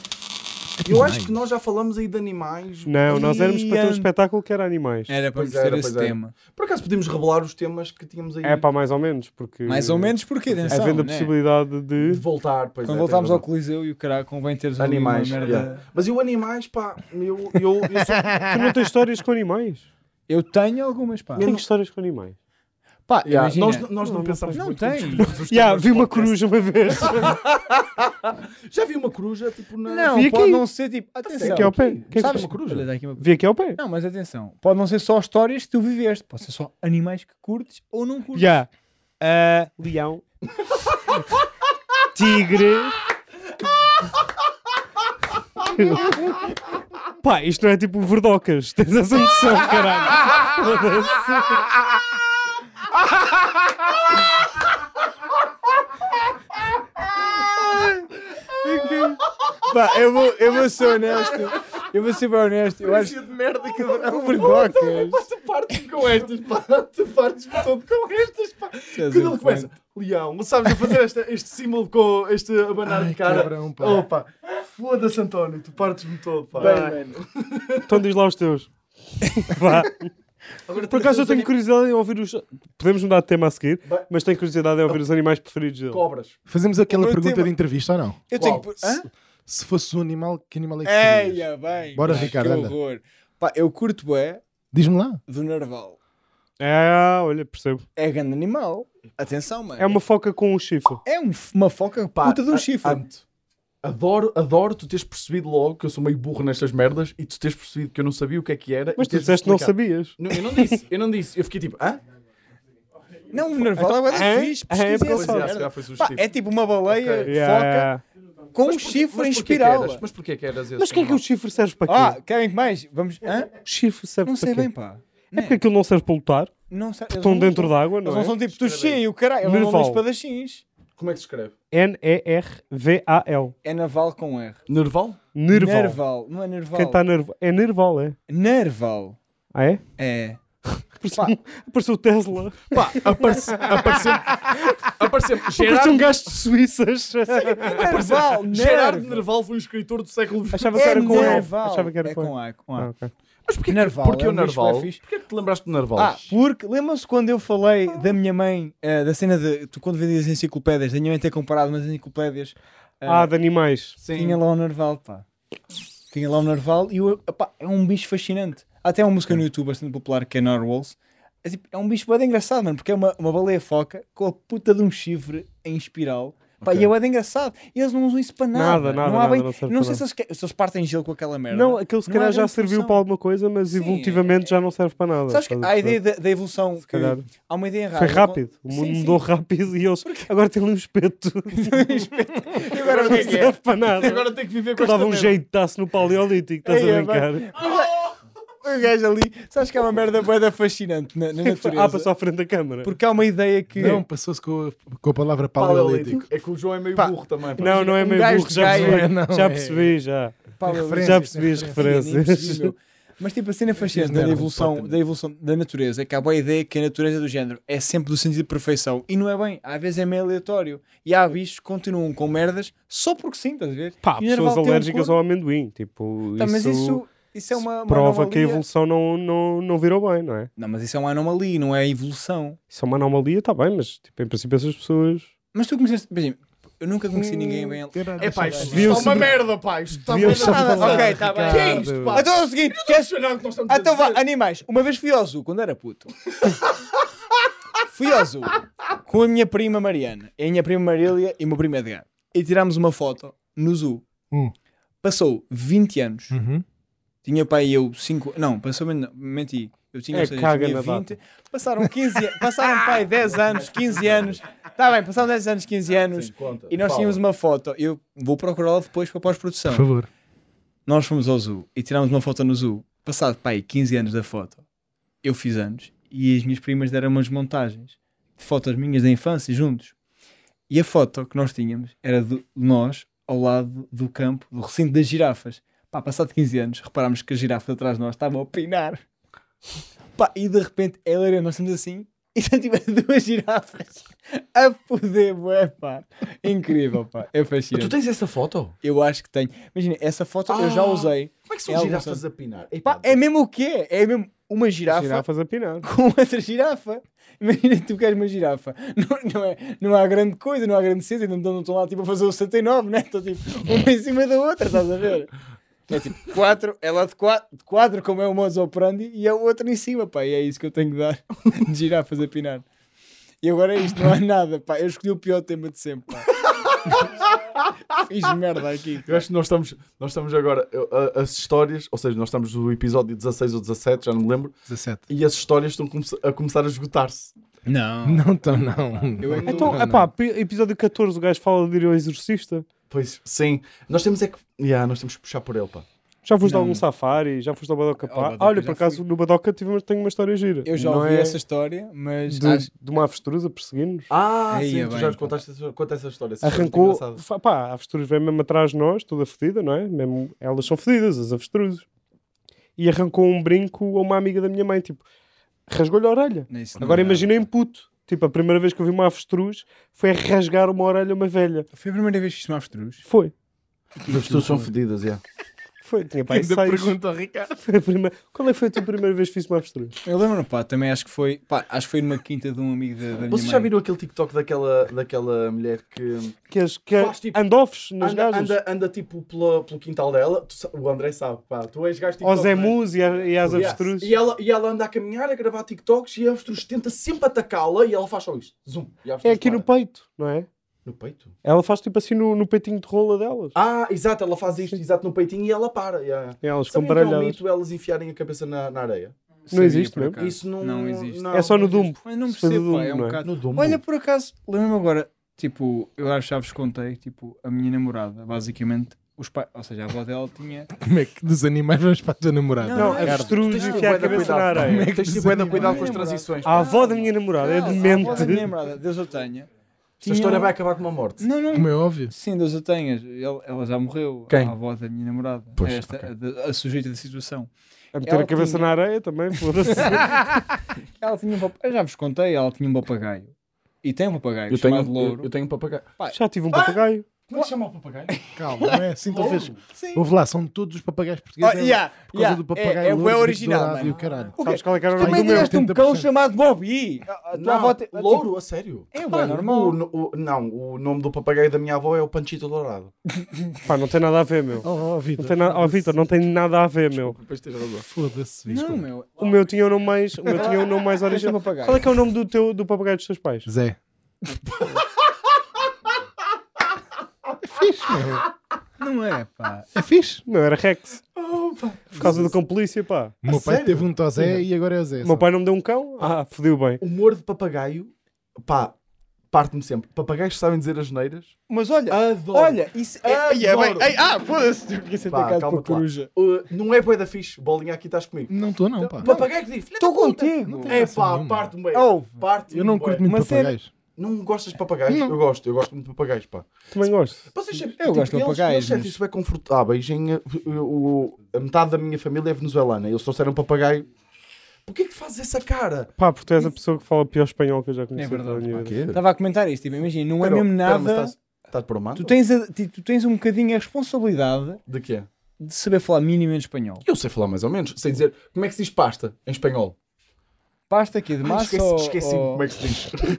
Speaker 2: Eu acho que nós já falamos aí de animais.
Speaker 4: Não, nós éramos para ter um
Speaker 5: Ian.
Speaker 4: espetáculo que era animais.
Speaker 5: Era para
Speaker 2: Pois
Speaker 5: perceber
Speaker 2: era,
Speaker 5: esse
Speaker 2: pois era.
Speaker 5: tema.
Speaker 2: Por acaso podemos revelar os temas que tínhamos aí
Speaker 4: É pá, mais ou menos, porque.
Speaker 5: Mais ou menos porque,
Speaker 2: é.
Speaker 5: atenção,
Speaker 4: Havendo a
Speaker 5: né?
Speaker 4: possibilidade
Speaker 2: de
Speaker 4: de.
Speaker 2: voltar. Pois
Speaker 5: Quando
Speaker 2: é,
Speaker 5: voltámos ao
Speaker 2: tens razão.
Speaker 5: Coliseu e o caralho, convém teres ali
Speaker 2: Animais.
Speaker 5: uma merda.
Speaker 2: yeah. Mas eu, animais, pá, eu, eu, eu sou.
Speaker 4: Tu não tens histórias com animais?
Speaker 5: Eu tenho algumas, pá.
Speaker 4: Tenho histórias com animais.
Speaker 5: Pá,
Speaker 2: Yeah,
Speaker 5: imagina.
Speaker 2: Nós, nós não, pensamos
Speaker 5: não
Speaker 2: muito.
Speaker 5: tem.
Speaker 2: Já
Speaker 4: Já, vi uma coruja uma vez.
Speaker 2: Já vi uma coruja, tipo, na.
Speaker 5: Não,
Speaker 4: Vi
Speaker 5: pode
Speaker 4: aqui.
Speaker 5: não ser tipo. Atenção.
Speaker 4: Aqui ao pé. Quem é que
Speaker 5: Sabes
Speaker 4: faz?
Speaker 5: uma coruja? Olha, dá aqui uma-
Speaker 4: Vi aqui ao pé.
Speaker 5: Não, mas atenção. Pode não ser só histórias que tu viveste. Pode ser só animais que curtes ou não curtes.
Speaker 4: Já.
Speaker 5: Eh,
Speaker 4: Ah, leão. Tigre. Pá, isto não é tipo verdocas. Tens essa noção, caralho. Foda-se.
Speaker 5: Pá,
Speaker 4: é
Speaker 5: eu vou, é eu vou ser honesto. Eu vou ser bem honesto. Eu acho
Speaker 2: Parecia de merda, cabrão.
Speaker 5: que verdocas.
Speaker 2: Pá, tu partes com estas, pá. Tu partes todo com estas, pá. Quando ele começa, Leão, sabes a fazer esta- este símbolo com este abanar de cara?
Speaker 3: Cabrão, pá.
Speaker 5: oh,
Speaker 2: Opa, foda-se, António, tu partes-me todo, pá.
Speaker 3: Bem, mano.
Speaker 4: Então diz lá os teus. Vá.
Speaker 2: Agora
Speaker 4: Por acaso eu tenho
Speaker 2: trazemos
Speaker 4: curiosidade em ouvir os. Podemos mudar de tema a seguir,
Speaker 2: Bem.
Speaker 4: mas tenho curiosidade em ouvir os animais preferidos
Speaker 2: aqui
Speaker 4: dele.
Speaker 2: Cobras.
Speaker 3: Fazemos aquela
Speaker 5: Meu
Speaker 3: pergunta
Speaker 5: tema-
Speaker 3: de entrevista ou não?
Speaker 5: Eu tenho
Speaker 2: Qual?
Speaker 5: que. Hã?
Speaker 3: Se fosse um animal, que animal é que serias?
Speaker 5: Eia, bem.
Speaker 3: Bora,
Speaker 5: pá,
Speaker 3: Ricardo,
Speaker 5: Que
Speaker 3: anda.
Speaker 5: horror. Pá, eu curto é
Speaker 3: Diz-me lá.
Speaker 5: do narval.
Speaker 4: Ah, olha, percebo.
Speaker 5: É grande animal. Atenção, mano.
Speaker 4: É uma foca com um chifre.
Speaker 5: É um- uma foca
Speaker 2: Pá,
Speaker 5: puta de um
Speaker 2: a-
Speaker 5: chifre.
Speaker 2: ante. Adoro, adoro tu teres percebido logo que eu sou meio burro nestas merdas e tu teres percebido que eu não sabia o que é que era.
Speaker 4: Mas
Speaker 2: e
Speaker 4: tu
Speaker 2: teres
Speaker 4: disseste que não
Speaker 2: explicado.
Speaker 4: sabias.
Speaker 2: Não, eu não disse, eu não disse. Eu fiquei tipo, hã?
Speaker 5: Não, o narval
Speaker 4: Então,
Speaker 5: é
Speaker 4: é?
Speaker 5: bem fixe.
Speaker 4: É,
Speaker 5: pesquisa
Speaker 4: pois
Speaker 5: essa
Speaker 4: é,
Speaker 5: merda.
Speaker 2: se calhar foi
Speaker 5: Pá,
Speaker 2: sugestivo.
Speaker 5: é tipo uma baleia
Speaker 2: Ok.
Speaker 4: Yeah,
Speaker 5: foca
Speaker 4: yeah.
Speaker 5: com um
Speaker 2: Mas porquê-
Speaker 5: chifre em
Speaker 2: mas porquê que
Speaker 5: espiral.
Speaker 2: eras? Mas porquê que eras esse?
Speaker 4: Mas o que é que o
Speaker 2: animal?
Speaker 4: chifre serve para quê?
Speaker 5: Ah, querem que mais? Vamos. Hã?
Speaker 4: O chifre serve
Speaker 5: Não
Speaker 4: para
Speaker 5: sei
Speaker 4: quê?
Speaker 5: bem, pá.
Speaker 4: É porque aquilo não serve para lutar.
Speaker 5: Não sei. eles
Speaker 4: Estão
Speaker 5: não-
Speaker 4: dentro d'água,
Speaker 5: Eles
Speaker 4: não
Speaker 5: não
Speaker 4: é?
Speaker 5: são tipo Tuxi e o caralho. Eles não
Speaker 4: Nerval.
Speaker 5: são espadachins.
Speaker 2: Como é que se escreve?
Speaker 4: N-E-R-V-A-L.
Speaker 5: É naval com R.
Speaker 2: Nerval?
Speaker 4: Nerval.
Speaker 5: Nerval. Não é nerval.
Speaker 4: Quem está nerval? É nerval, é?
Speaker 5: Nerval.
Speaker 4: Ah, é?
Speaker 5: É.
Speaker 4: Apareceu o Tesla.
Speaker 2: Pá, aparece- apareceu-me. Apareceu-me.
Speaker 4: Apareceu um
Speaker 2: Gerardo,
Speaker 4: gajo de Suíças.
Speaker 5: Nerval.
Speaker 2: Gerardo
Speaker 5: Nerv.
Speaker 2: Nerval foi um escritor do século XX.
Speaker 4: Achava que
Speaker 5: É
Speaker 4: era com L.
Speaker 5: nerval.
Speaker 4: Achava que era
Speaker 5: É
Speaker 4: com
Speaker 5: com
Speaker 4: L.
Speaker 5: A. Com
Speaker 4: Ah,
Speaker 5: A.
Speaker 4: ok.
Speaker 2: Mas porquê,
Speaker 5: Nerval,
Speaker 2: Nerval, porquê
Speaker 5: é
Speaker 2: o
Speaker 5: um bicho
Speaker 2: Nerval?
Speaker 5: bué fixe.
Speaker 2: Porquê que te lembraste do Nerval?
Speaker 5: Ah, porque lembram-se quando eu falei da minha mãe, eh, da cena de tu quando vendias enciclopédias, da minha mãe ter comparado umas enciclopédias, eh,
Speaker 4: Ah, de animais.
Speaker 2: Sim.
Speaker 5: tinha lá o Narval, pá. Tinha lá o Narval e eu, epá, é um bicho fascinante. Há até uma música no YouTube bastante popular que é Narwhals. É, tipo, é um bicho bem engraçado, mano, porque é uma, uma baleia foca com a puta de um chifre em espiral. Pá,
Speaker 2: Ok.
Speaker 5: E é bem engraçado. E eles não usam isso para nada.
Speaker 4: Nada, nada,
Speaker 5: não, há
Speaker 4: nada,
Speaker 5: bem-
Speaker 4: não serve
Speaker 5: não
Speaker 4: para
Speaker 5: sei se eles, que- se eles partem gelo com aquela merda.
Speaker 4: Não, aquele se
Speaker 5: Não
Speaker 4: calhar
Speaker 5: há
Speaker 4: já
Speaker 5: grande
Speaker 4: serviu
Speaker 5: função.
Speaker 4: para alguma coisa, mas
Speaker 5: Sim, é.
Speaker 4: evolutivamente já não serve para nada.
Speaker 5: Sabes que
Speaker 4: estás
Speaker 5: há a
Speaker 4: perceber?
Speaker 5: ideia da, da evolução que
Speaker 4: calhar.
Speaker 5: há uma ideia
Speaker 4: Foi
Speaker 5: errada.
Speaker 4: rápido. O mundo
Speaker 5: Sim, sim.
Speaker 4: mudou rápido e eles agora têm ali um espeto.
Speaker 5: E agora o
Speaker 4: não
Speaker 5: que é que é?
Speaker 4: serve para nada.
Speaker 2: Agora tem que viver com
Speaker 4: Que
Speaker 2: esta
Speaker 4: dava um
Speaker 2: merda.
Speaker 4: jeitaço no paleolítico, estás
Speaker 5: Ei,
Speaker 4: a
Speaker 5: é,
Speaker 4: brincar.
Speaker 5: O gajo ali, sabes que é uma merda boeda fascinante na, na natureza.
Speaker 4: Ah, passou à frente da câmara.
Speaker 5: Porque há uma ideia que
Speaker 3: Não, passou-se com, a- com a palavra paleolítico.
Speaker 2: Paleolítico. É que o João é meio
Speaker 5: Pá.
Speaker 2: burro também. pá.
Speaker 4: Não, não é
Speaker 5: um
Speaker 4: meio
Speaker 5: gajo
Speaker 4: burro,
Speaker 5: de
Speaker 4: já
Speaker 5: gaia-
Speaker 4: percebi.
Speaker 3: Não, é-
Speaker 4: já percebi, já.
Speaker 5: Pá,
Speaker 3: Tem
Speaker 5: eu-
Speaker 3: referências,
Speaker 4: Já
Speaker 3: tem
Speaker 4: percebi as
Speaker 3: referências.
Speaker 5: Sim, nem
Speaker 4: referências.
Speaker 5: percebi, meu. Mas tipo, a cena fascinante
Speaker 3: Não,
Speaker 5: da
Speaker 3: não,
Speaker 5: evolução,
Speaker 3: não.
Speaker 5: da evolução da natureza é que há boa ideia que a natureza do género é sempre do sentido de perfeição. E não é bem, às vezes é meio aleatório. E há bichos que continuam com merdas só porque sim, estás a ver?
Speaker 4: Pá,
Speaker 5: E o Nerval
Speaker 4: pessoas
Speaker 5: tem um
Speaker 4: alérgicas
Speaker 5: corpo-
Speaker 4: ao amendoim. Tipo,
Speaker 5: Tá,
Speaker 4: isso,
Speaker 5: mas isso, isso é uma, uma
Speaker 4: prova
Speaker 5: anomalia.
Speaker 4: que a evolução não, não, não virou bem, não é?
Speaker 5: Não, mas isso é uma anomalia, não é evolução.
Speaker 4: Isso é uma anomalia, está bem, mas tipo, em princípio essas pessoas
Speaker 5: Mas tu conheceste, por exemplo, eu nunca conheci ninguém bem.
Speaker 2: É pá, isto isto
Speaker 4: Deviam
Speaker 2: está uma
Speaker 4: se-
Speaker 2: merda, Tá, pá. Isto está
Speaker 4: deviam
Speaker 2: bem
Speaker 4: se
Speaker 2: nada.
Speaker 5: falar,
Speaker 2: Ok, está bem.
Speaker 5: Ricardo.
Speaker 2: Que é isto, pá?
Speaker 5: Então é o seguinte,
Speaker 2: Estou
Speaker 5: queres,
Speaker 2: impressionado que nós estamos
Speaker 5: Ah,
Speaker 2: a
Speaker 5: Então vá,
Speaker 2: dizer.
Speaker 5: animais. Uma vez fui ao zoo quando era puto. fui ao zoo com a minha prima Mariana, É a minha prima Marília e o meu primo Edgar. E tirámos uma foto no zoo.
Speaker 3: Hum.
Speaker 5: Passou 20 anos.
Speaker 1: Hum.
Speaker 3: Uhum.
Speaker 5: Tinha pai eu 5. Não, passou men- menti. Eu tinha,
Speaker 4: É,
Speaker 5: ou seja,
Speaker 4: caga
Speaker 5: tinha
Speaker 4: na
Speaker 5: 20. Passaram 15 anos. Passaram pai 10 anos, 15 anos. Tá bem, passaram 10 anos, 15 anos.
Speaker 2: Sim, conta.
Speaker 5: E nós
Speaker 2: Fala.
Speaker 5: tínhamos uma foto. Eu vou procurá-la depois para pós-produção.
Speaker 3: Por favor.
Speaker 5: Nós fomos ao zoo e tirámos uma foto no zoo. Passado, pai, 15 anos da foto, eu fiz anos e as minhas primas deram umas montagens de fotos minhas da infância juntos. E a foto que nós tínhamos era de nós ao lado do campo, do recinto das girafas. Pá, passado 15 anos, reparámos que as girafas atrás de nós estavam a pinar. Pá, e de repente, ela era, nós estamos assim e já tiveram duas girafas a foder, bué, pá. Incrível, pá. É
Speaker 2: Tu
Speaker 5: fascinante.
Speaker 2: tens essa foto?
Speaker 5: Eu acho que tenho. Imagina, essa foto eu já
Speaker 2: Ah.
Speaker 5: usei.
Speaker 2: Como é que são
Speaker 5: É
Speaker 2: girafas a pinar? Ei,
Speaker 5: Pá,
Speaker 2: pá,
Speaker 5: é
Speaker 4: Então,
Speaker 5: mesmo o quê? É mesmo uma
Speaker 4: as
Speaker 5: girafa,
Speaker 4: girafas a pinar.
Speaker 5: com outra girafa. Imagina que tu queres uma girafa. Não, não, é, não há grande coisa, não há grande sítio, não, não estão lá tipo a fazer o 69, né? Estão tipo uma em cima da outra, estás a ver? É tipo 4, ela de 4, de quatro, como é o modus operandi, e a outra em cima, pá. E é isso que eu tenho que dar de girafas a pinar. E agora é isto, não há nada, pá. Eu escolhi o pior tema de sempre, pá. Fiz merda aqui.
Speaker 2: Eu acho que nós estamos, nós estamos agora, eu, a- as histórias, ou seja, nós estamos no episódio 16 ou 17, já não me lembro,
Speaker 3: 17.
Speaker 2: e as histórias estão come- a começar a esgotar-se.
Speaker 5: Não.
Speaker 3: Não estão, não.
Speaker 5: Eu é que
Speaker 4: Então,
Speaker 3: Não,
Speaker 4: é pá, episódio 14 o gajo fala de ir ao exorcista.
Speaker 2: Pois, sim. Nós temos é que. Yeah, nós temos que puxar por ele, pá.
Speaker 4: Já foste a
Speaker 5: Não.
Speaker 4: algum safari, já foste ao Badoca
Speaker 5: É, Ao
Speaker 4: Pá.
Speaker 5: Badoca
Speaker 4: Olha, por
Speaker 5: já
Speaker 4: acaso no Badoca tive, uma- tenho uma história gira.
Speaker 5: Eu já
Speaker 4: Não
Speaker 5: ouvi
Speaker 4: é
Speaker 5: essa história, mas
Speaker 4: de,
Speaker 5: acho-
Speaker 4: de uma avestruz a perseguir-nos.
Speaker 2: Ah,
Speaker 5: Aí
Speaker 2: sim,
Speaker 5: é
Speaker 2: tu
Speaker 5: bem,
Speaker 2: já
Speaker 5: pá.
Speaker 2: contaste essa, conta essa história. essa história é muito
Speaker 4: Arrancou,
Speaker 2: engraçada.
Speaker 4: fa- pá, a avestruz vem mesmo atrás de nós, toda fedida, não é? Mesmo, elas são fedidas, as avestruzes. E arrancou um brinco a uma amiga da minha mãe, tipo, rasgou-lhe a orelha.
Speaker 5: Não, isso não é
Speaker 4: Agora
Speaker 5: dá.
Speaker 4: imagina em puto. Tipo, a primeira vez que eu vi uma avestruz foi a rasgar uma orelha a uma velha.
Speaker 5: Foi a primeira vez que isto me avestruz.
Speaker 4: Foi.
Speaker 2: As pessoas são fedidas, é.
Speaker 4: Foi. Tinha pai seis.
Speaker 1: pergunta ao Ricardo.
Speaker 4: Foi a primeira- Qual é que foi a tua primeira vez que fiz uma avestruz?
Speaker 5: Eu lembro-me, pá, também acho que foi, pá, acho que foi numa quinta de um amigo da, da minha
Speaker 2: Vocês já
Speaker 5: mãe.
Speaker 2: viram aquele TikTok daquela, daquela mulher que
Speaker 4: Que, as, que
Speaker 2: Faz, tipo,
Speaker 4: andofes nas
Speaker 2: anda,
Speaker 4: gajas.
Speaker 2: anda, anda, tipo pela- pelo quintal dela? Tu sa- o André sabe, pá. Tu és gajo
Speaker 4: aos
Speaker 2: não é?
Speaker 4: emus e, a- e às
Speaker 2: Yeah.
Speaker 4: avestruzes.
Speaker 2: E ela, e ela anda a caminhar, a gravar TikToks e a avestruz tenta sempre atacá-la e ela faz só isto. Zoom. E a
Speaker 4: É
Speaker 2: avestruz
Speaker 4: aqui no
Speaker 2: para.
Speaker 4: peito, não é?
Speaker 2: no peito.
Speaker 4: Ela faz tipo assim no, no peitinho de rola delas.
Speaker 2: Ah, exato, ela faz isto exato no peitinho e ela para. Yeah.
Speaker 4: E elas ficam
Speaker 2: Sabem que é um
Speaker 4: baralhadas.
Speaker 2: mito elas enfiarem a cabeça na, na areia?
Speaker 4: Não existe
Speaker 5: por
Speaker 4: mesmo?
Speaker 5: acaso.
Speaker 2: Isso não,
Speaker 5: não existe.
Speaker 4: É só no
Speaker 2: não
Speaker 4: Dumbo.
Speaker 2: existe.
Speaker 5: Mas não
Speaker 4: Se for do
Speaker 5: percebo, pá,
Speaker 4: Dumbo,
Speaker 5: é um
Speaker 4: não é?
Speaker 5: bocado.
Speaker 2: No Dumbo.
Speaker 5: Olha, por acaso, lembro-me agora, tipo, eu acho que já vos contei, tipo, a minha namorada, basicamente, os pais, ou seja, a avó dela tinha.
Speaker 1: Como é que dos animais vamos para a tua namorada?
Speaker 4: Não,
Speaker 5: Não, não,
Speaker 4: avestruz
Speaker 2: é tens
Speaker 4: e
Speaker 2: de
Speaker 4: enfiar a
Speaker 2: bué de
Speaker 4: cabeça na
Speaker 2: cuidado. é
Speaker 1: Como
Speaker 4: areia.
Speaker 1: é que
Speaker 2: Tens de
Speaker 1: dos
Speaker 2: ter bué de cuidado
Speaker 1: animais-
Speaker 2: com as transições.
Speaker 4: A avó da minha namorada é
Speaker 5: Não, Ah, A avó da minha
Speaker 4: demente.
Speaker 5: namorada, Deus eu tenha.
Speaker 2: Esta história vai acabar com uma morte.
Speaker 5: Não, não.
Speaker 1: Como é óbvio.
Speaker 5: Sim, Deus a tenhas. Ela, ela já morreu.
Speaker 2: Quem?
Speaker 5: A avó da minha namorada.
Speaker 1: Pois,
Speaker 5: Esta,
Speaker 1: ok.
Speaker 5: a, da- a sujeita da situação.
Speaker 4: A meter
Speaker 5: Ela
Speaker 4: a cabeça
Speaker 5: tinha-
Speaker 4: na areia também, foda-se.
Speaker 5: Ela tinha um papagaio. Eu já vos contei, ela tinha um papagaio. E tem um papagaio
Speaker 2: Eu tenho,
Speaker 5: chamado
Speaker 2: eu,
Speaker 5: Louro.
Speaker 2: É eu tenho um papagaio.
Speaker 4: Já tive um papagaio.
Speaker 2: Como é que chama o papagaio?
Speaker 1: Calma, não é assim talvez.
Speaker 5: Sim.
Speaker 1: Houve lá, são todos os papagaios
Speaker 5: Oh,
Speaker 1: portugueses. é-
Speaker 5: yeah,
Speaker 1: Por causa
Speaker 5: yeah,
Speaker 1: do papagaio.
Speaker 5: é, é,
Speaker 1: louro,
Speaker 5: é
Speaker 1: bico
Speaker 5: original,
Speaker 1: dourado e o
Speaker 5: mano.
Speaker 1: caralho.
Speaker 5: O
Speaker 4: Sabes qual é que era o nome
Speaker 5: Também
Speaker 4: do meu?
Speaker 5: tiveste um cão
Speaker 1: 80%.
Speaker 5: chamado Bobby. A- a tua avó te- a-
Speaker 2: louro, a sério.
Speaker 5: É,
Speaker 2: Mano,
Speaker 5: é normal.
Speaker 2: o- o- não, o nome do papagaio da minha avó é o Panchito Dourado.
Speaker 4: Pá, não tem nada a ver, meu.
Speaker 1: Oh, oh,
Speaker 4: Não
Speaker 1: Vitor.
Speaker 4: tem nada... Oh, Vitor, não tem nada a ver, meu.
Speaker 2: Depois tens razão.
Speaker 1: Foda-se, Vitor.
Speaker 5: Não, meu.
Speaker 4: O meu tinha o nome mais, o meu tinha o nome mais
Speaker 5: Deixa
Speaker 4: original.
Speaker 5: eu pagar.
Speaker 4: Qual é que é o nome do, teu, do papagaio dos teus pais?
Speaker 1: Zé. É fixe, meu.
Speaker 5: Não é, pá.
Speaker 1: É fixe.
Speaker 4: Não, era Rex. Por causa do cão polícia, pá.
Speaker 1: O meu
Speaker 2: A
Speaker 1: pai
Speaker 2: sério?
Speaker 1: teve um to Zé e agora é o Zé.
Speaker 4: O meu
Speaker 1: só.
Speaker 4: pai não me deu um cão? Ah, fodeu bem.
Speaker 2: Humor de papagaio, pá, parte-me sempre. Papagaios que sabem dizer as neiras.
Speaker 5: Mas olha,
Speaker 2: Adoro.
Speaker 5: olha, isso é.
Speaker 2: Adoro.
Speaker 5: Ai, é bem- ai, ah, foda-se. Eu fiquei
Speaker 2: Pá,
Speaker 5: atacado
Speaker 2: calma-te
Speaker 5: por
Speaker 2: lá.
Speaker 5: coruja.
Speaker 2: Uh, não é boeda fixe. Bolinha, aqui estás comigo.
Speaker 1: Não estou, não, pá.
Speaker 5: Então,
Speaker 2: Papagaio que diz. filha
Speaker 5: Estou
Speaker 2: da puta.
Speaker 5: contigo.
Speaker 1: tem
Speaker 2: É
Speaker 1: graça
Speaker 2: pá,
Speaker 1: nenhuma.
Speaker 2: parte-me bem.
Speaker 5: Ouve.
Speaker 2: Parte
Speaker 1: Eu não curto muito
Speaker 5: Mas é-
Speaker 1: papagaios.
Speaker 2: Não gostas de papagaios?
Speaker 1: Não.
Speaker 2: Eu gosto, eu gosto muito de papagaios, pá.
Speaker 4: Também gosto.
Speaker 2: Vocês, eu
Speaker 5: gosto de papagaios,
Speaker 2: Eles sentem-se
Speaker 5: mas-
Speaker 2: bem confortáveis. Em, uh, o- a metade da minha família é venezuelana. Eles trouxeram papagaio. Porquê que fazes essa cara?
Speaker 4: Pá, porque tu és a pessoa que fala pior espanhol que eu já conheci.
Speaker 5: É verdade,
Speaker 4: pela minha
Speaker 5: pá,
Speaker 4: vida.
Speaker 2: Quê?
Speaker 5: Estava a comentar isto, tipo, imagina, não é
Speaker 2: Pera,
Speaker 5: mesmo
Speaker 2: pera, mas
Speaker 5: nada.
Speaker 2: Estás, estás para o mando?
Speaker 5: Tu tens, a- ti- tu tens um bocadinho a responsabilidade
Speaker 2: De quê?
Speaker 5: de saber falar minimamente espanhol.
Speaker 2: Eu sei falar mais ou menos. Sei dizer como é que se diz pasta em espanhol.
Speaker 5: Basta aqui de
Speaker 2: Ah,
Speaker 5: massa
Speaker 2: esqueci-
Speaker 5: ou-
Speaker 2: Esqueci-me
Speaker 5: ou-
Speaker 2: como é que se diz.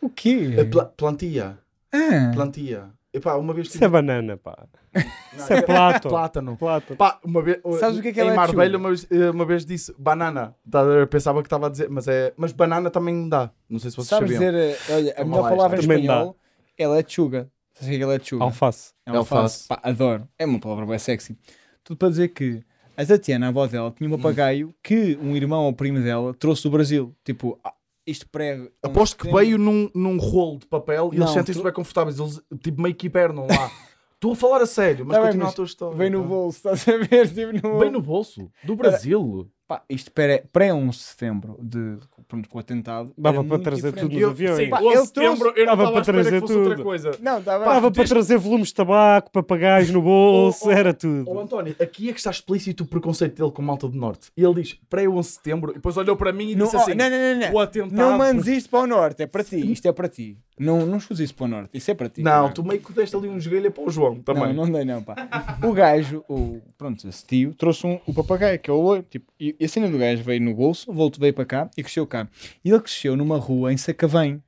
Speaker 5: O quê?
Speaker 2: Eh, pla- plantia.
Speaker 5: Ah,
Speaker 2: Plantia. Epá, uma vez
Speaker 4: Isso é
Speaker 2: tive...
Speaker 4: banana, pá.
Speaker 2: Não,
Speaker 4: Isso é plato.
Speaker 2: plátano.
Speaker 4: Plato.
Speaker 2: Pá, uma vez,
Speaker 5: Sabes o que é que ela
Speaker 2: em
Speaker 5: é
Speaker 2: Marbella
Speaker 5: chula?
Speaker 2: uma vez, eh, uma vez disse banana. Tá, eu Pensava que estava a dizer, mas é, mas banana também dá. Não sei se vocês
Speaker 5: sabes
Speaker 2: sabiam.
Speaker 5: dizer, eh, olha, a
Speaker 2: Toma
Speaker 5: melhor
Speaker 2: lá,
Speaker 5: palavra em
Speaker 4: isto também dá.
Speaker 5: espanhol, ela é chuga. Sabes o que é que ela é chuga?
Speaker 4: Alface.
Speaker 5: É uma
Speaker 2: Alface.
Speaker 5: alface. Pá, adoro. É uma palavra bem sexy. Tudo para dizer que a Tatiana, a avó dela, tinha um papagaio que um irmão ou primo dela trouxe do Brasil. Tipo, ah, isto pré...
Speaker 2: Aposto que veio num, num rolo de papel e eles
Speaker 5: Não,
Speaker 2: sentem-se
Speaker 5: tu-
Speaker 2: bem confortáveis. Eles tipo meio que hibernam lá. Estou a falar a sério, mas
Speaker 5: Tá bem,
Speaker 2: continua
Speaker 5: mas
Speaker 2: a tua história.
Speaker 5: Vem no
Speaker 2: pá.
Speaker 5: bolso, estás a ver? Tipo, no...
Speaker 2: Bem no bolso. Do Brasil.
Speaker 5: Pá, isto pré- pré-11 de setembro, de, pronto, com o atentado.
Speaker 4: Dava
Speaker 5: era
Speaker 4: para
Speaker 5: muito
Speaker 4: trazer
Speaker 5: diferente.
Speaker 4: tudo nos aviões.
Speaker 5: sim, pá, ele trouxe-
Speaker 2: eu
Speaker 4: dava
Speaker 2: estava
Speaker 4: para
Speaker 2: à espera
Speaker 4: trazer tudo.
Speaker 2: coisa.
Speaker 5: Não, estava...
Speaker 4: Dava para trazer volumes de tabaco, papagaios no bolso,
Speaker 2: Oh, oh,
Speaker 4: era
Speaker 2: Ó
Speaker 4: tudo.
Speaker 2: António, aqui é que está explícito o preconceito dele com malta do Norte. E ele diz, pré 11 de setembro, e depois olhou para mim e
Speaker 5: Não,
Speaker 2: disse
Speaker 5: oh,
Speaker 2: assim,
Speaker 5: não, não, não, não.
Speaker 2: o atentado...
Speaker 5: Não mandes isto para o norte, é para ti. Isto é para ti. Não, não escuses isso para o norte, isso é para ti.
Speaker 2: Não, tu meio que deste ali um joelho para o João também.
Speaker 5: Não, não dei não, pá. O gajo, o, pronto, esse tio, trouxe um, o papagaio, que é o loiro. Tipo, e, e a cena do gajo veio no bolso, voltou, veio para cá e cresceu cá. E ele cresceu numa rua em Sacavém,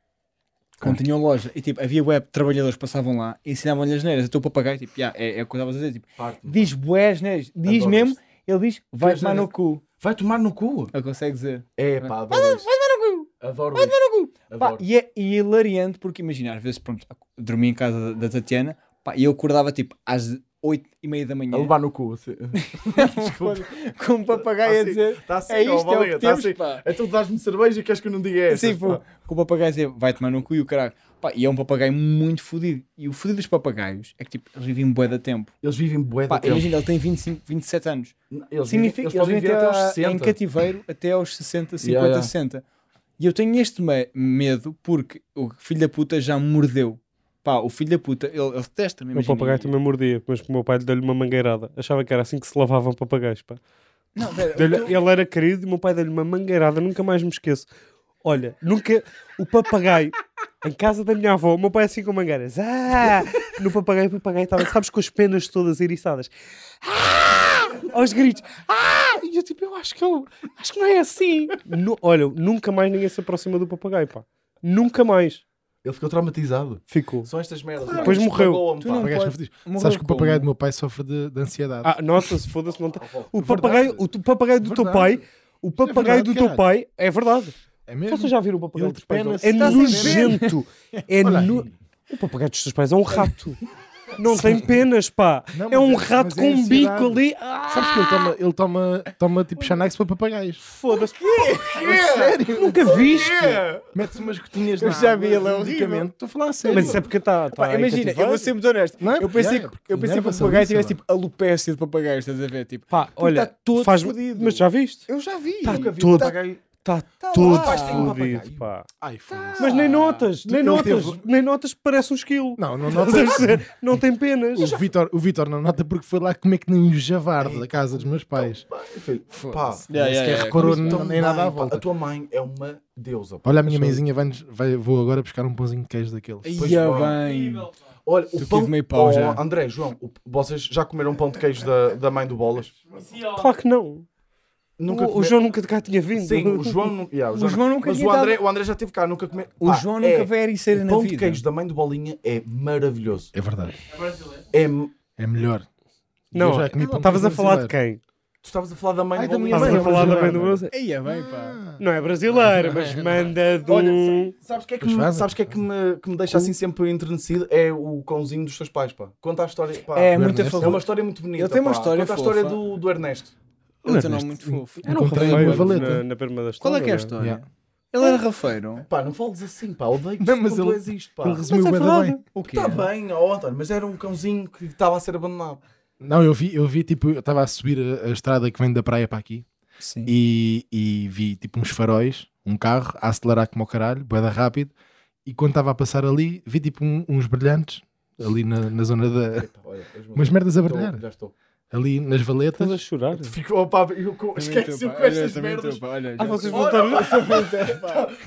Speaker 5: onde tinham loja. E tipo, havia web, trabalhadores passavam lá e ensinavam-lhe as neiras. Então o papagaio, tipo, "Ya, é, é o que eu estava a dizer. Tipo,
Speaker 2: Parte-me.
Speaker 5: diz bué as neiras. Diz
Speaker 2: Adoro
Speaker 5: mesmo,
Speaker 2: isto.
Speaker 5: ele diz, vai
Speaker 2: as
Speaker 5: tomar no
Speaker 2: neiras?
Speaker 5: cu.
Speaker 2: Vai tomar no cu?
Speaker 5: Ele consegue dizer.
Speaker 2: É pá, adoro isto. Adoro isto.
Speaker 5: Pá,
Speaker 2: Adoro.
Speaker 5: e é e é hilariante porque imagina, às vezes, pronto, dormia em casa da, da Tatiana pá, e eu acordava tipo às 8 e meia da manhã
Speaker 2: A levar no cu. Assim.
Speaker 5: com um papagaio a
Speaker 2: Assim,
Speaker 5: dizer
Speaker 2: Está assim,
Speaker 5: é isto,
Speaker 2: ó,
Speaker 5: é o
Speaker 2: Baleia,
Speaker 5: que
Speaker 2: está
Speaker 5: temos,
Speaker 2: assim. É
Speaker 5: pá.
Speaker 2: Então tu dás-me cerveja e queres que eu não diga essa?
Speaker 5: Sim, pô, com o papagaio a dizer vai tomar no cu e o caralho. Pá, e é um papagaio muito fodido. E o fodido dos papagaios é que tipo, eles vivem bué da tempo.
Speaker 2: Eles vivem bué
Speaker 5: Pá,
Speaker 2: de tempo.
Speaker 5: imagina, ele tem 25, 27 anos.
Speaker 2: Eles
Speaker 5: Significa
Speaker 2: vivem-
Speaker 5: que eles
Speaker 2: podem
Speaker 5: vivem
Speaker 2: viver
Speaker 5: até
Speaker 2: até aos
Speaker 5: a- em
Speaker 2: 60.
Speaker 5: cativeiro até aos 60, 50,
Speaker 2: Yeah, yeah.
Speaker 5: 60. E eu tenho este me- medo porque o filho da puta já mordeu. Pá, o filho da puta, ele, ele detesta mesmo.
Speaker 4: O Um papagaio também mordia, mas o meu pai deu-lhe uma mangueirada. Achava que era assim que se lavavam papagaios, pá.
Speaker 5: Não, pera,
Speaker 4: Deu-lhe- Ele era querido e o meu pai deu-lhe uma mangueirada, nunca mais me esqueço. Olha, nunca. O papagaio, em casa da minha avó, o meu pai assim com mangueiras. Ah! No papagaio, o papagaio estava, sabes, com as penas todas eriçadas. Ah! Aos gritos. Ah! E eu tipo, eu acho que eu. Acho que não é assim. Nu- olha, nunca mais ninguém se aproxima do papagaio, pá. Nunca mais.
Speaker 2: Ele ficou traumatizado.
Speaker 4: Ficou.
Speaker 2: São estas merdas.
Speaker 4: Depois morreu.
Speaker 2: Magoam-me,
Speaker 5: Tu
Speaker 2: pá.
Speaker 5: não-
Speaker 1: Papagaios são
Speaker 5: pode- um-
Speaker 1: fodidos.
Speaker 5: morreu
Speaker 1: Sabes que o
Speaker 5: como?
Speaker 1: papagaio do meu pai sofre de, de ansiedade.
Speaker 4: Ah, nossa, se foda-se, não tá... O
Speaker 1: Verdade.
Speaker 4: papagaio, o tu- papagaio do teu
Speaker 1: Verdade.
Speaker 4: pai, o papagaio
Speaker 1: verdade,
Speaker 4: do teu
Speaker 1: caralho.
Speaker 4: pai, é verdade.
Speaker 1: é mesmo?
Speaker 4: Vocês já viram o papagaio
Speaker 1: Ele
Speaker 4: dos pais?
Speaker 1: depena-se.
Speaker 4: É
Speaker 1: Estás a ver?
Speaker 4: nojento. É
Speaker 1: tá Olha aí.
Speaker 4: nu- O papagaio dos teus pais é um rato. Não tem penas, pá.
Speaker 1: Não, mas
Speaker 4: é um
Speaker 1: é-
Speaker 4: rato
Speaker 1: mas é
Speaker 4: com um bico
Speaker 1: ansiedade.
Speaker 4: ali. Ah,
Speaker 1: Sabes que ele toma, ele toma, toma
Speaker 5: Ah.
Speaker 1: tipo Xanax para papagaios.
Speaker 4: foda-se.
Speaker 5: é
Speaker 1: Sério?
Speaker 4: Nunca viste.
Speaker 1: Mete-se umas gotinhas
Speaker 5: Eu
Speaker 1: na
Speaker 5: já vi,
Speaker 1: água,
Speaker 5: ele é
Speaker 1: um
Speaker 5: horrível.
Speaker 1: medicamento. Estou a falar a sério.
Speaker 4: Mas isso é porque está.
Speaker 5: Pá, imagina, eu vou ser um muito honesto.
Speaker 1: Não é
Speaker 5: eu
Speaker 1: porque-
Speaker 5: pensei,
Speaker 1: é, é
Speaker 5: que-
Speaker 1: porque
Speaker 5: eu pensei que o
Speaker 1: enerva-se
Speaker 5: papagaio
Speaker 1: ali, sei
Speaker 5: tivesse
Speaker 1: lá.
Speaker 5: tipo alopécia de papagaios, estás a ver? Tipo,
Speaker 4: Pá, olha,
Speaker 5: tá todo
Speaker 4: faz...
Speaker 5: fodido.
Speaker 4: mas já viste?
Speaker 5: eu já vi.
Speaker 4: Tá
Speaker 2: Nunca vi um
Speaker 4: todo-
Speaker 2: papagaio.
Speaker 4: Está
Speaker 5: lá.
Speaker 4: todo
Speaker 5: Rapaz, tem
Speaker 2: um papagaio.
Speaker 4: fodido,
Speaker 2: Ah.
Speaker 4: pá.
Speaker 1: Ai,
Speaker 2: Tá
Speaker 1: foda-se.
Speaker 4: Mas nem notas, nem
Speaker 1: Ele
Speaker 4: notas,
Speaker 1: teve-
Speaker 4: nem notas que parece um esquilo.
Speaker 5: é-
Speaker 1: Não, não
Speaker 4: Estás
Speaker 1: nota.
Speaker 4: a perceber? Não tem penas.
Speaker 1: O Vitor, o Vitor não nota porque foi lá comer que nem um javarde da casa dos meus pais.
Speaker 2: Filho, Pá,
Speaker 5: Yeah,
Speaker 1: Foda-se. Nem
Speaker 5: yeah,
Speaker 1: sequer
Speaker 5: yeah,
Speaker 1: reparou
Speaker 2: Mas tua
Speaker 1: n- nem nada à
Speaker 2: mãe, pá,
Speaker 1: volta.
Speaker 2: A tua mãe é uma deusa. pá.
Speaker 1: Olha, a minha
Speaker 2: Sabe?
Speaker 1: mãezinha vai, vai- vou agora buscar um pãozinho de queijo daqueles.
Speaker 2: Pois
Speaker 5: Ia
Speaker 2: bom.
Speaker 5: bem.
Speaker 2: Olha,
Speaker 5: tive
Speaker 2: o pão.
Speaker 5: meio pau
Speaker 2: Oh,
Speaker 5: já.
Speaker 2: André, João, o- vocês já comeram pão de queijo da, da mãe do Bolas?
Speaker 4: Claro que não.
Speaker 2: Nunca
Speaker 4: o, o
Speaker 2: comeram?
Speaker 4: João nunca de cá tinha vindo.
Speaker 2: Sim, o João, nu- yeah,
Speaker 5: O João nunca
Speaker 2: Mas
Speaker 5: tinha
Speaker 2: o André,
Speaker 5: dado-
Speaker 2: o André já teve cá, nunca comeu.
Speaker 5: O
Speaker 2: Pá,
Speaker 5: João
Speaker 2: é-
Speaker 5: nunca vai ericeira
Speaker 2: O
Speaker 5: na
Speaker 2: pão de
Speaker 5: vida.
Speaker 2: queijo da mãe do Bolinha é maravilhoso.
Speaker 1: É verdade.
Speaker 2: É, tu
Speaker 1: É melhor.
Speaker 4: Não,
Speaker 1: Eu já comi pão de
Speaker 4: estavas a
Speaker 1: queijo
Speaker 4: falar de
Speaker 1: brasileiro.
Speaker 4: quem?
Speaker 2: estavas a falar da mãe
Speaker 1: Ai,
Speaker 2: do
Speaker 1: da
Speaker 2: Bolinha.
Speaker 4: Estavas
Speaker 1: minha
Speaker 4: a
Speaker 1: mãe.
Speaker 4: falar da mãe do
Speaker 1: brasileira.
Speaker 4: Brasil?
Speaker 5: Ia bem, pá.
Speaker 4: Não é brasileira, mas manda de um...
Speaker 2: Sabes o que é que,
Speaker 1: Pois
Speaker 2: me,
Speaker 1: fazem.
Speaker 2: sabes o que, é que, me, que me deixa assim sempre enternecido? É o cãozinho dos teus pais, pá. Conta a história. Pá.
Speaker 5: É,
Speaker 1: o
Speaker 5: muito
Speaker 1: Ernesto.
Speaker 5: fofa.
Speaker 2: É uma história muito bonita.
Speaker 5: Ele tem uma
Speaker 2: pá.
Speaker 5: história
Speaker 2: Conta a história
Speaker 5: fofa.
Speaker 2: do, do Ernesto.
Speaker 5: Ele
Speaker 1: Olha,
Speaker 5: tem um nome
Speaker 1: neste-
Speaker 5: muito fofo.
Speaker 1: Encontrei
Speaker 4: Foi
Speaker 1: uma
Speaker 4: na,
Speaker 1: valeta.
Speaker 4: na perma da
Speaker 5: Qual é que é a
Speaker 4: não
Speaker 5: história?
Speaker 1: Yeah.
Speaker 5: Ele era rafeiro.
Speaker 2: Pá, não fales assim, pá. Odeio que
Speaker 1: Não,
Speaker 2: tu-
Speaker 1: mas
Speaker 2: tu
Speaker 1: ele-
Speaker 2: és isto, pá.
Speaker 1: Ele resumiu
Speaker 4: Mas é
Speaker 1: bué da
Speaker 4: verdade.
Speaker 1: bem.
Speaker 5: O quê?
Speaker 2: Está Tá bem, ó António, mas era um cãozinho que estava a ser abandonado.
Speaker 1: Não, eu vi, eu vi tipo, eu estava a subir a, a estrada que vem da praia para aqui
Speaker 5: Sim.
Speaker 1: e, e vi tipo uns faróis, um carro a acelerar como o caralho, boeda rápido. E quando estava a passar ali, vi tipo um- uns brilhantes ali na, na zona da.
Speaker 2: Epa, Tá, olha, és meu
Speaker 1: Umas
Speaker 2: Deus.
Speaker 1: merdas a
Speaker 2: Estou-
Speaker 1: brilhar.
Speaker 2: Já estou.
Speaker 1: Ali nas valetas.
Speaker 4: Estás a chorar?
Speaker 2: Ficou, pá, eu co- esqueci-me com estas merdas.
Speaker 4: Ah, vocês
Speaker 2: Olha,
Speaker 4: voltaram...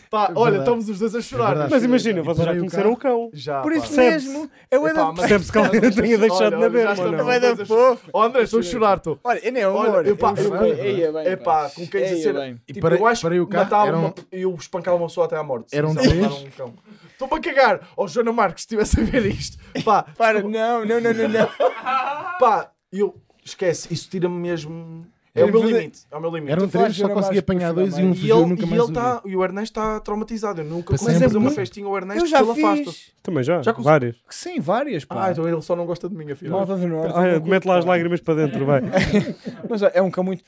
Speaker 2: Pá, olha,
Speaker 1: verdade.
Speaker 2: estamos os dois a chorar.
Speaker 1: verdade.
Speaker 4: Mas imagina,
Speaker 1: E
Speaker 4: vocês já
Speaker 1: parei o
Speaker 4: conheceram o cão.
Speaker 2: Já,
Speaker 5: Por
Speaker 2: pá.
Speaker 5: isso
Speaker 4: Percebes?
Speaker 5: mesmo, eu era
Speaker 2: Epá, mas-
Speaker 4: Percebes que alguém
Speaker 2: Mas-
Speaker 4: tenha deixado
Speaker 2: olha,
Speaker 4: na
Speaker 2: olha, já
Speaker 4: berma, ou
Speaker 2: estamos
Speaker 4: não?
Speaker 5: Vai dar
Speaker 2: todos a
Speaker 5: é? fofo.
Speaker 2: chorar. Oh, André, estou a chorar, estou.
Speaker 5: Olha, eu nem é humor.
Speaker 2: Olha, eu, pá,
Speaker 5: é
Speaker 2: eu-
Speaker 5: humor.
Speaker 2: eu-
Speaker 5: Ia bem,
Speaker 2: É
Speaker 5: pá.
Speaker 2: pá, com quem
Speaker 5: Ia
Speaker 2: dizer.
Speaker 5: bem.
Speaker 1: E
Speaker 2: Tipo,
Speaker 1: parei-
Speaker 2: eu acho
Speaker 1: parei o
Speaker 2: que
Speaker 1: carro,
Speaker 2: matava
Speaker 1: eram-
Speaker 2: uma- eu espancava uma pessoa até à morte. se
Speaker 1: Eram
Speaker 2: precisasse matar
Speaker 1: três.
Speaker 2: um cão. Estou-me a cagar. Ó, Joana Marques, se estivesse a ver isto. Pá,
Speaker 5: Para, não, não, não, não, não.
Speaker 2: pá, eu esquece, isso tira-me mesmo. É
Speaker 5: Era
Speaker 2: o meu
Speaker 5: fazer-
Speaker 2: limite. É o meu limite.
Speaker 1: Eram três,
Speaker 5: falaste,
Speaker 1: só
Speaker 5: era
Speaker 1: consegui
Speaker 5: mais
Speaker 1: apanhar dois e
Speaker 5: profissional,
Speaker 1: um
Speaker 5: mas-
Speaker 2: E
Speaker 1: fugiu,
Speaker 2: ele,
Speaker 1: um nunca
Speaker 2: e
Speaker 1: mais
Speaker 2: ele
Speaker 1: o vi.
Speaker 2: tá, e o Ernesto está traumatizado. Eu nunca
Speaker 1: Para
Speaker 2: comecei a
Speaker 1: sempre.
Speaker 2: fazer uma festinha ao Ernesto
Speaker 5: Eu já
Speaker 2: que ele afasta-se.
Speaker 5: fiz.
Speaker 4: Também já,
Speaker 2: Já consegui-
Speaker 4: várias.
Speaker 5: Sim, várias, pá.
Speaker 2: Ah, então ele só não gosta de mim, afinal.
Speaker 5: Malta do Norte.
Speaker 4: Olha, mete lá as lágrimas para dentro, vai.
Speaker 5: Mas olha, é um cão muito.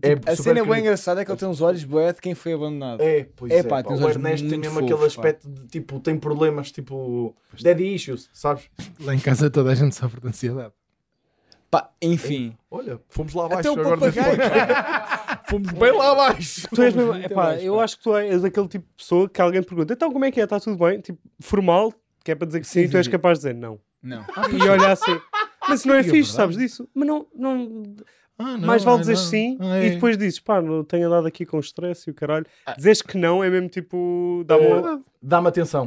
Speaker 2: É
Speaker 5: a
Speaker 2: super
Speaker 5: cena bem
Speaker 2: querido.
Speaker 5: engraçada é que ele tem uns olhos bué de quem foi abandonado.
Speaker 2: É, pois
Speaker 5: É,
Speaker 2: é.
Speaker 5: pá,
Speaker 2: pá,
Speaker 5: tem uns
Speaker 2: o
Speaker 5: olhos
Speaker 2: Ernesto tem
Speaker 5: muito
Speaker 2: mesmo
Speaker 5: fofos,
Speaker 2: aquele
Speaker 5: pá.
Speaker 2: aspecto de tipo, tem problemas tipo. Daddy issues, sabes?
Speaker 1: Lá em casa toda a gente sofre de ansiedade.
Speaker 5: Pá, enfim.
Speaker 2: Olha, fomos lá
Speaker 5: Até um
Speaker 2: abaixo
Speaker 5: o
Speaker 2: agora.
Speaker 5: papagaio.
Speaker 2: neste podcast. Fomos bem lá abaixo.
Speaker 4: Tu és mesmo,
Speaker 5: muito
Speaker 4: epá,
Speaker 5: abaixo,
Speaker 4: eu
Speaker 5: pá.
Speaker 4: acho que tu és aquele tipo de pessoa que alguém pergunta, então como é que é? Está tudo bem? Tipo, formal, que é para dizer que sim,
Speaker 5: Sim,
Speaker 4: e tu és
Speaker 5: sim.
Speaker 4: capaz de dizer não.
Speaker 5: Não.
Speaker 4: E olha assim. Mas isso não é
Speaker 1: É
Speaker 4: fixe,
Speaker 1: verdade.
Speaker 4: sabes disso? Mas não, não,
Speaker 1: Ah, não,
Speaker 4: mais vale
Speaker 1: ah,
Speaker 4: dizer
Speaker 1: não.
Speaker 4: sim
Speaker 1: Ah, é.
Speaker 4: e depois dizes, pá, não tenho andado aqui com estresse e o caralho. Dizes que não é mesmo tipo, dá
Speaker 2: É.
Speaker 4: uma...
Speaker 1: verdade.
Speaker 2: Dá-me atenção.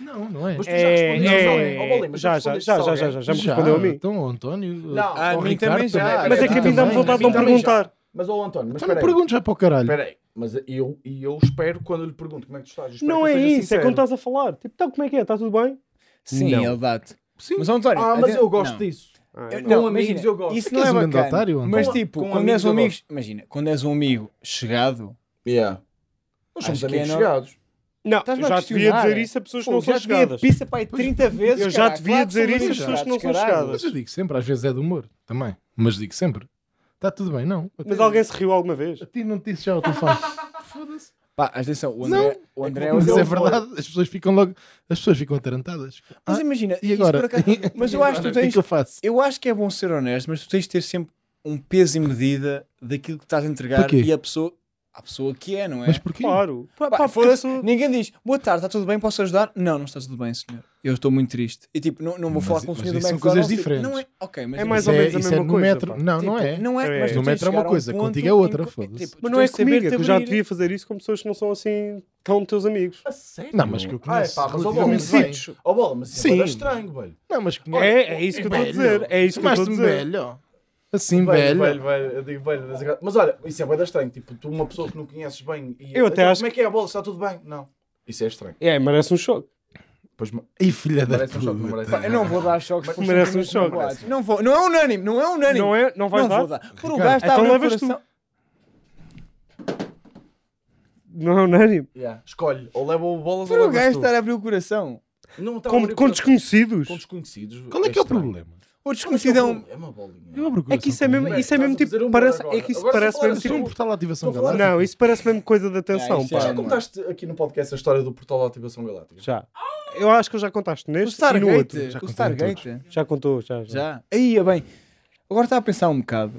Speaker 1: Não, não é.
Speaker 2: Mas tu já
Speaker 4: É,
Speaker 2: respondeste
Speaker 4: é,
Speaker 2: a alguém. Ó, Bolinha, mas
Speaker 4: já, já,
Speaker 2: respondeste
Speaker 4: já,
Speaker 2: a
Speaker 4: já, já,
Speaker 2: alguém.
Speaker 4: já, já me respondeu a mim.
Speaker 1: Então, o António.
Speaker 2: Não,
Speaker 1: ah,
Speaker 5: a
Speaker 1: o
Speaker 5: mim
Speaker 1: Ricardo
Speaker 5: também já.
Speaker 1: também.
Speaker 5: Ah,
Speaker 4: Mas é que a mim dá-me
Speaker 1: Também.
Speaker 4: vontade de não
Speaker 2: Também já.
Speaker 4: perguntar.
Speaker 2: Mas ó, António, mas
Speaker 1: Então não
Speaker 2: espera aí.
Speaker 1: perguntes, vai para o caralho.
Speaker 2: Espera aí. Mas eu, e eu espero quando eu lhe pergunto como é que tu estás. eu espero
Speaker 4: Não
Speaker 2: que eu
Speaker 4: é
Speaker 2: seja
Speaker 4: isso, é
Speaker 2: sincero.
Speaker 4: quando estás a falar. Tipo, então como é que é? Está tudo bem?
Speaker 5: Sim,
Speaker 4: Não.
Speaker 5: ele dá-te.
Speaker 1: Sim.
Speaker 5: Mas António.
Speaker 2: Ah, mas
Speaker 5: até-
Speaker 2: eu gosto
Speaker 5: não.
Speaker 2: disso.
Speaker 4: Ah,
Speaker 5: Eu-
Speaker 4: é.
Speaker 2: Com
Speaker 5: não,
Speaker 2: amigos
Speaker 5: imagina,
Speaker 2: eu gosto.
Speaker 5: Isso
Speaker 1: É que
Speaker 5: não é
Speaker 1: és um grande
Speaker 5: bacana.
Speaker 1: otário, António.
Speaker 5: mas
Speaker 2: Com-
Speaker 5: tipo,
Speaker 2: com
Speaker 5: quando és
Speaker 2: amigos
Speaker 5: um
Speaker 2: eu
Speaker 5: amigo, imagina, quando és um amigo chegado,
Speaker 2: Yeah. Nós
Speaker 5: Acho
Speaker 2: somos
Speaker 5: que
Speaker 2: amigos
Speaker 5: é no-
Speaker 2: chegados.
Speaker 4: Não,
Speaker 5: Estás-me
Speaker 4: eu
Speaker 5: a
Speaker 4: já te devia
Speaker 5: questionar,
Speaker 4: dizer
Speaker 5: é?
Speaker 4: isso a pessoas que
Speaker 5: Pô,
Speaker 4: não
Speaker 5: já
Speaker 4: são
Speaker 5: te vi a
Speaker 4: chegadas.
Speaker 5: pizza pai 30 vezes.
Speaker 4: Eu já
Speaker 5: caralho.
Speaker 4: te vi
Speaker 5: Claro
Speaker 4: a
Speaker 5: que
Speaker 4: dizer
Speaker 5: são
Speaker 4: isso às
Speaker 5: exagerados,
Speaker 4: pessoas que não são
Speaker 5: caralho.
Speaker 4: chegadas.
Speaker 1: Mas eu digo sempre, às vezes é de humor, também. Mas digo sempre. Está tudo bem, não.
Speaker 4: Mas alguém se riu alguma vez?
Speaker 1: A ti não te disse já o telefone. Foda-se.
Speaker 3: Pá, atenção, o
Speaker 1: Não.
Speaker 3: André, o André
Speaker 1: Mas
Speaker 3: olhou-
Speaker 1: é verdade, as pessoas ficam logo. As pessoas ficam atarantadas.
Speaker 5: Mas
Speaker 1: Ah,
Speaker 5: imagina,
Speaker 1: e
Speaker 5: isso
Speaker 1: agora?
Speaker 5: por acaso- Mas eu acho que
Speaker 1: o
Speaker 5: tu
Speaker 1: que é
Speaker 5: tens.
Speaker 1: que eu faço?
Speaker 5: Eu acho que é bom ser honesto, mas tu tens de ter sempre um peso e medida daquilo que estás a entregar
Speaker 1: Porquê?
Speaker 5: e a pessoa, a pessoa que é, não é?
Speaker 1: Mas porquê?
Speaker 4: Claro.
Speaker 5: Pá,
Speaker 4: Pá, pá, porque
Speaker 5: foda-se,
Speaker 4: tu-
Speaker 5: Ninguém diz, boa tarde, está tudo bem, posso ajudar? Não, não está tudo bem, senhor. Eu estou muito triste. E tipo, não, não vou
Speaker 1: Mas
Speaker 5: falar
Speaker 1: i-
Speaker 5: com o
Speaker 1: mas
Speaker 5: senhor do
Speaker 1: isso são
Speaker 5: McDonald's.
Speaker 1: coisas
Speaker 5: tipo,
Speaker 1: diferentes.
Speaker 5: Não é, ok, mas
Speaker 4: É
Speaker 5: tipo,
Speaker 4: mais
Speaker 1: Isso
Speaker 4: ou
Speaker 1: é,
Speaker 4: menos a
Speaker 1: isso é
Speaker 4: mesma
Speaker 1: no
Speaker 4: coisa,
Speaker 1: metro.
Speaker 4: pá.
Speaker 1: Não, não
Speaker 5: tipo,
Speaker 1: é.
Speaker 5: Não é,
Speaker 4: É.
Speaker 5: mas tu tens de
Speaker 1: No metro é uma
Speaker 5: chegar a um
Speaker 1: coisa,
Speaker 5: ponto
Speaker 1: contigo é
Speaker 5: em
Speaker 1: outra,
Speaker 5: que-
Speaker 1: foda-se.
Speaker 5: tipo, tu
Speaker 4: Mas não é
Speaker 5: tens de saber
Speaker 4: comigo, é que eu já
Speaker 5: te abrir.
Speaker 4: devia fazer isso com pessoas que não são assim tão teus amigos.
Speaker 2: A sério?
Speaker 1: Não, mas que eu
Speaker 2: Ah, é
Speaker 1: conheço.
Speaker 2: pá, mas ó bola,
Speaker 1: relativamente
Speaker 2: mas
Speaker 1: bem.
Speaker 2: bem. Ó bola, mas isso é
Speaker 1: Sim.
Speaker 2: bué estranho, velho.
Speaker 1: Não, mas conheço.
Speaker 4: É, é isso que eu estou a dizer. É isso que eu estou a
Speaker 1: Chamaste-me
Speaker 4: dizer.
Speaker 1: velho. Assim,
Speaker 2: Velho,
Speaker 1: velho.
Speaker 2: velho, velho, eu digo velho, desagrado. mas olha, isso é bué da estranho, tipo, tu uma pessoa que não conheces bem e...
Speaker 4: Eu até
Speaker 2: Então,
Speaker 4: acho
Speaker 2: Como é que é a bola, está tudo bem? Não. Isso é estranho.
Speaker 4: É, merece um choque.
Speaker 2: Pois, ma-
Speaker 1: E filha da
Speaker 2: merece um choque, não merece.
Speaker 1: puta.
Speaker 5: Pá, Eu não vou dar choques. por
Speaker 4: Merece
Speaker 5: sentimentos
Speaker 4: um choque.
Speaker 5: magoados. Não vou, não é unânime, não é unânime.
Speaker 4: Não, é, não vais
Speaker 5: não
Speaker 4: dar?
Speaker 5: vou dar. Por um gajo está a
Speaker 4: Então
Speaker 5: abrir o
Speaker 4: levas tu.
Speaker 5: coração.
Speaker 4: Não é unânime.
Speaker 2: Yeah. Escolhe, ou leva o bolas
Speaker 5: Por
Speaker 2: ou
Speaker 5: um
Speaker 2: levas
Speaker 5: gajo
Speaker 2: tu.
Speaker 5: estar a abrir o coração.
Speaker 2: Não está a
Speaker 4: Com,
Speaker 2: abrir
Speaker 4: com
Speaker 2: o coração.
Speaker 4: desconhecidos.
Speaker 2: Com desconhecidos.
Speaker 1: Qual é que é o
Speaker 2: estranho.
Speaker 1: problema?
Speaker 5: O
Speaker 2: Qual é que
Speaker 5: desconhecido
Speaker 2: é
Speaker 5: é
Speaker 2: o
Speaker 5: um.
Speaker 2: problema? É uma bolinha.
Speaker 1: Eu abro o
Speaker 4: É que isso é
Speaker 1: coração.
Speaker 4: mesmo,
Speaker 2: Moleque,
Speaker 4: isso é mesmo
Speaker 2: estás a
Speaker 4: tipo.
Speaker 2: fazer humor
Speaker 4: parece,
Speaker 2: agora.
Speaker 4: é que isso
Speaker 2: Agora
Speaker 4: parece
Speaker 2: estou a
Speaker 4: mesmo
Speaker 1: Se
Speaker 2: falar
Speaker 1: eu
Speaker 4: tipo.
Speaker 1: um portal de
Speaker 2: Estou
Speaker 1: ativação
Speaker 2: a falar-
Speaker 1: galáctica.
Speaker 4: Não, isso é parece mesmo coisa de atenção,
Speaker 5: Ah, isso
Speaker 4: pá.
Speaker 5: é-
Speaker 2: Já contaste aqui no podcast a história do portal da ativação galáctica?
Speaker 4: Já. Eu acho que eu já contaste
Speaker 5: O
Speaker 4: neste e no outro.
Speaker 5: Stargate.
Speaker 1: já
Speaker 5: O
Speaker 1: contei
Speaker 5: Stargate.
Speaker 4: Já contou, já. já.
Speaker 5: Já. Aí é bem. Agora estava a pensar um bocado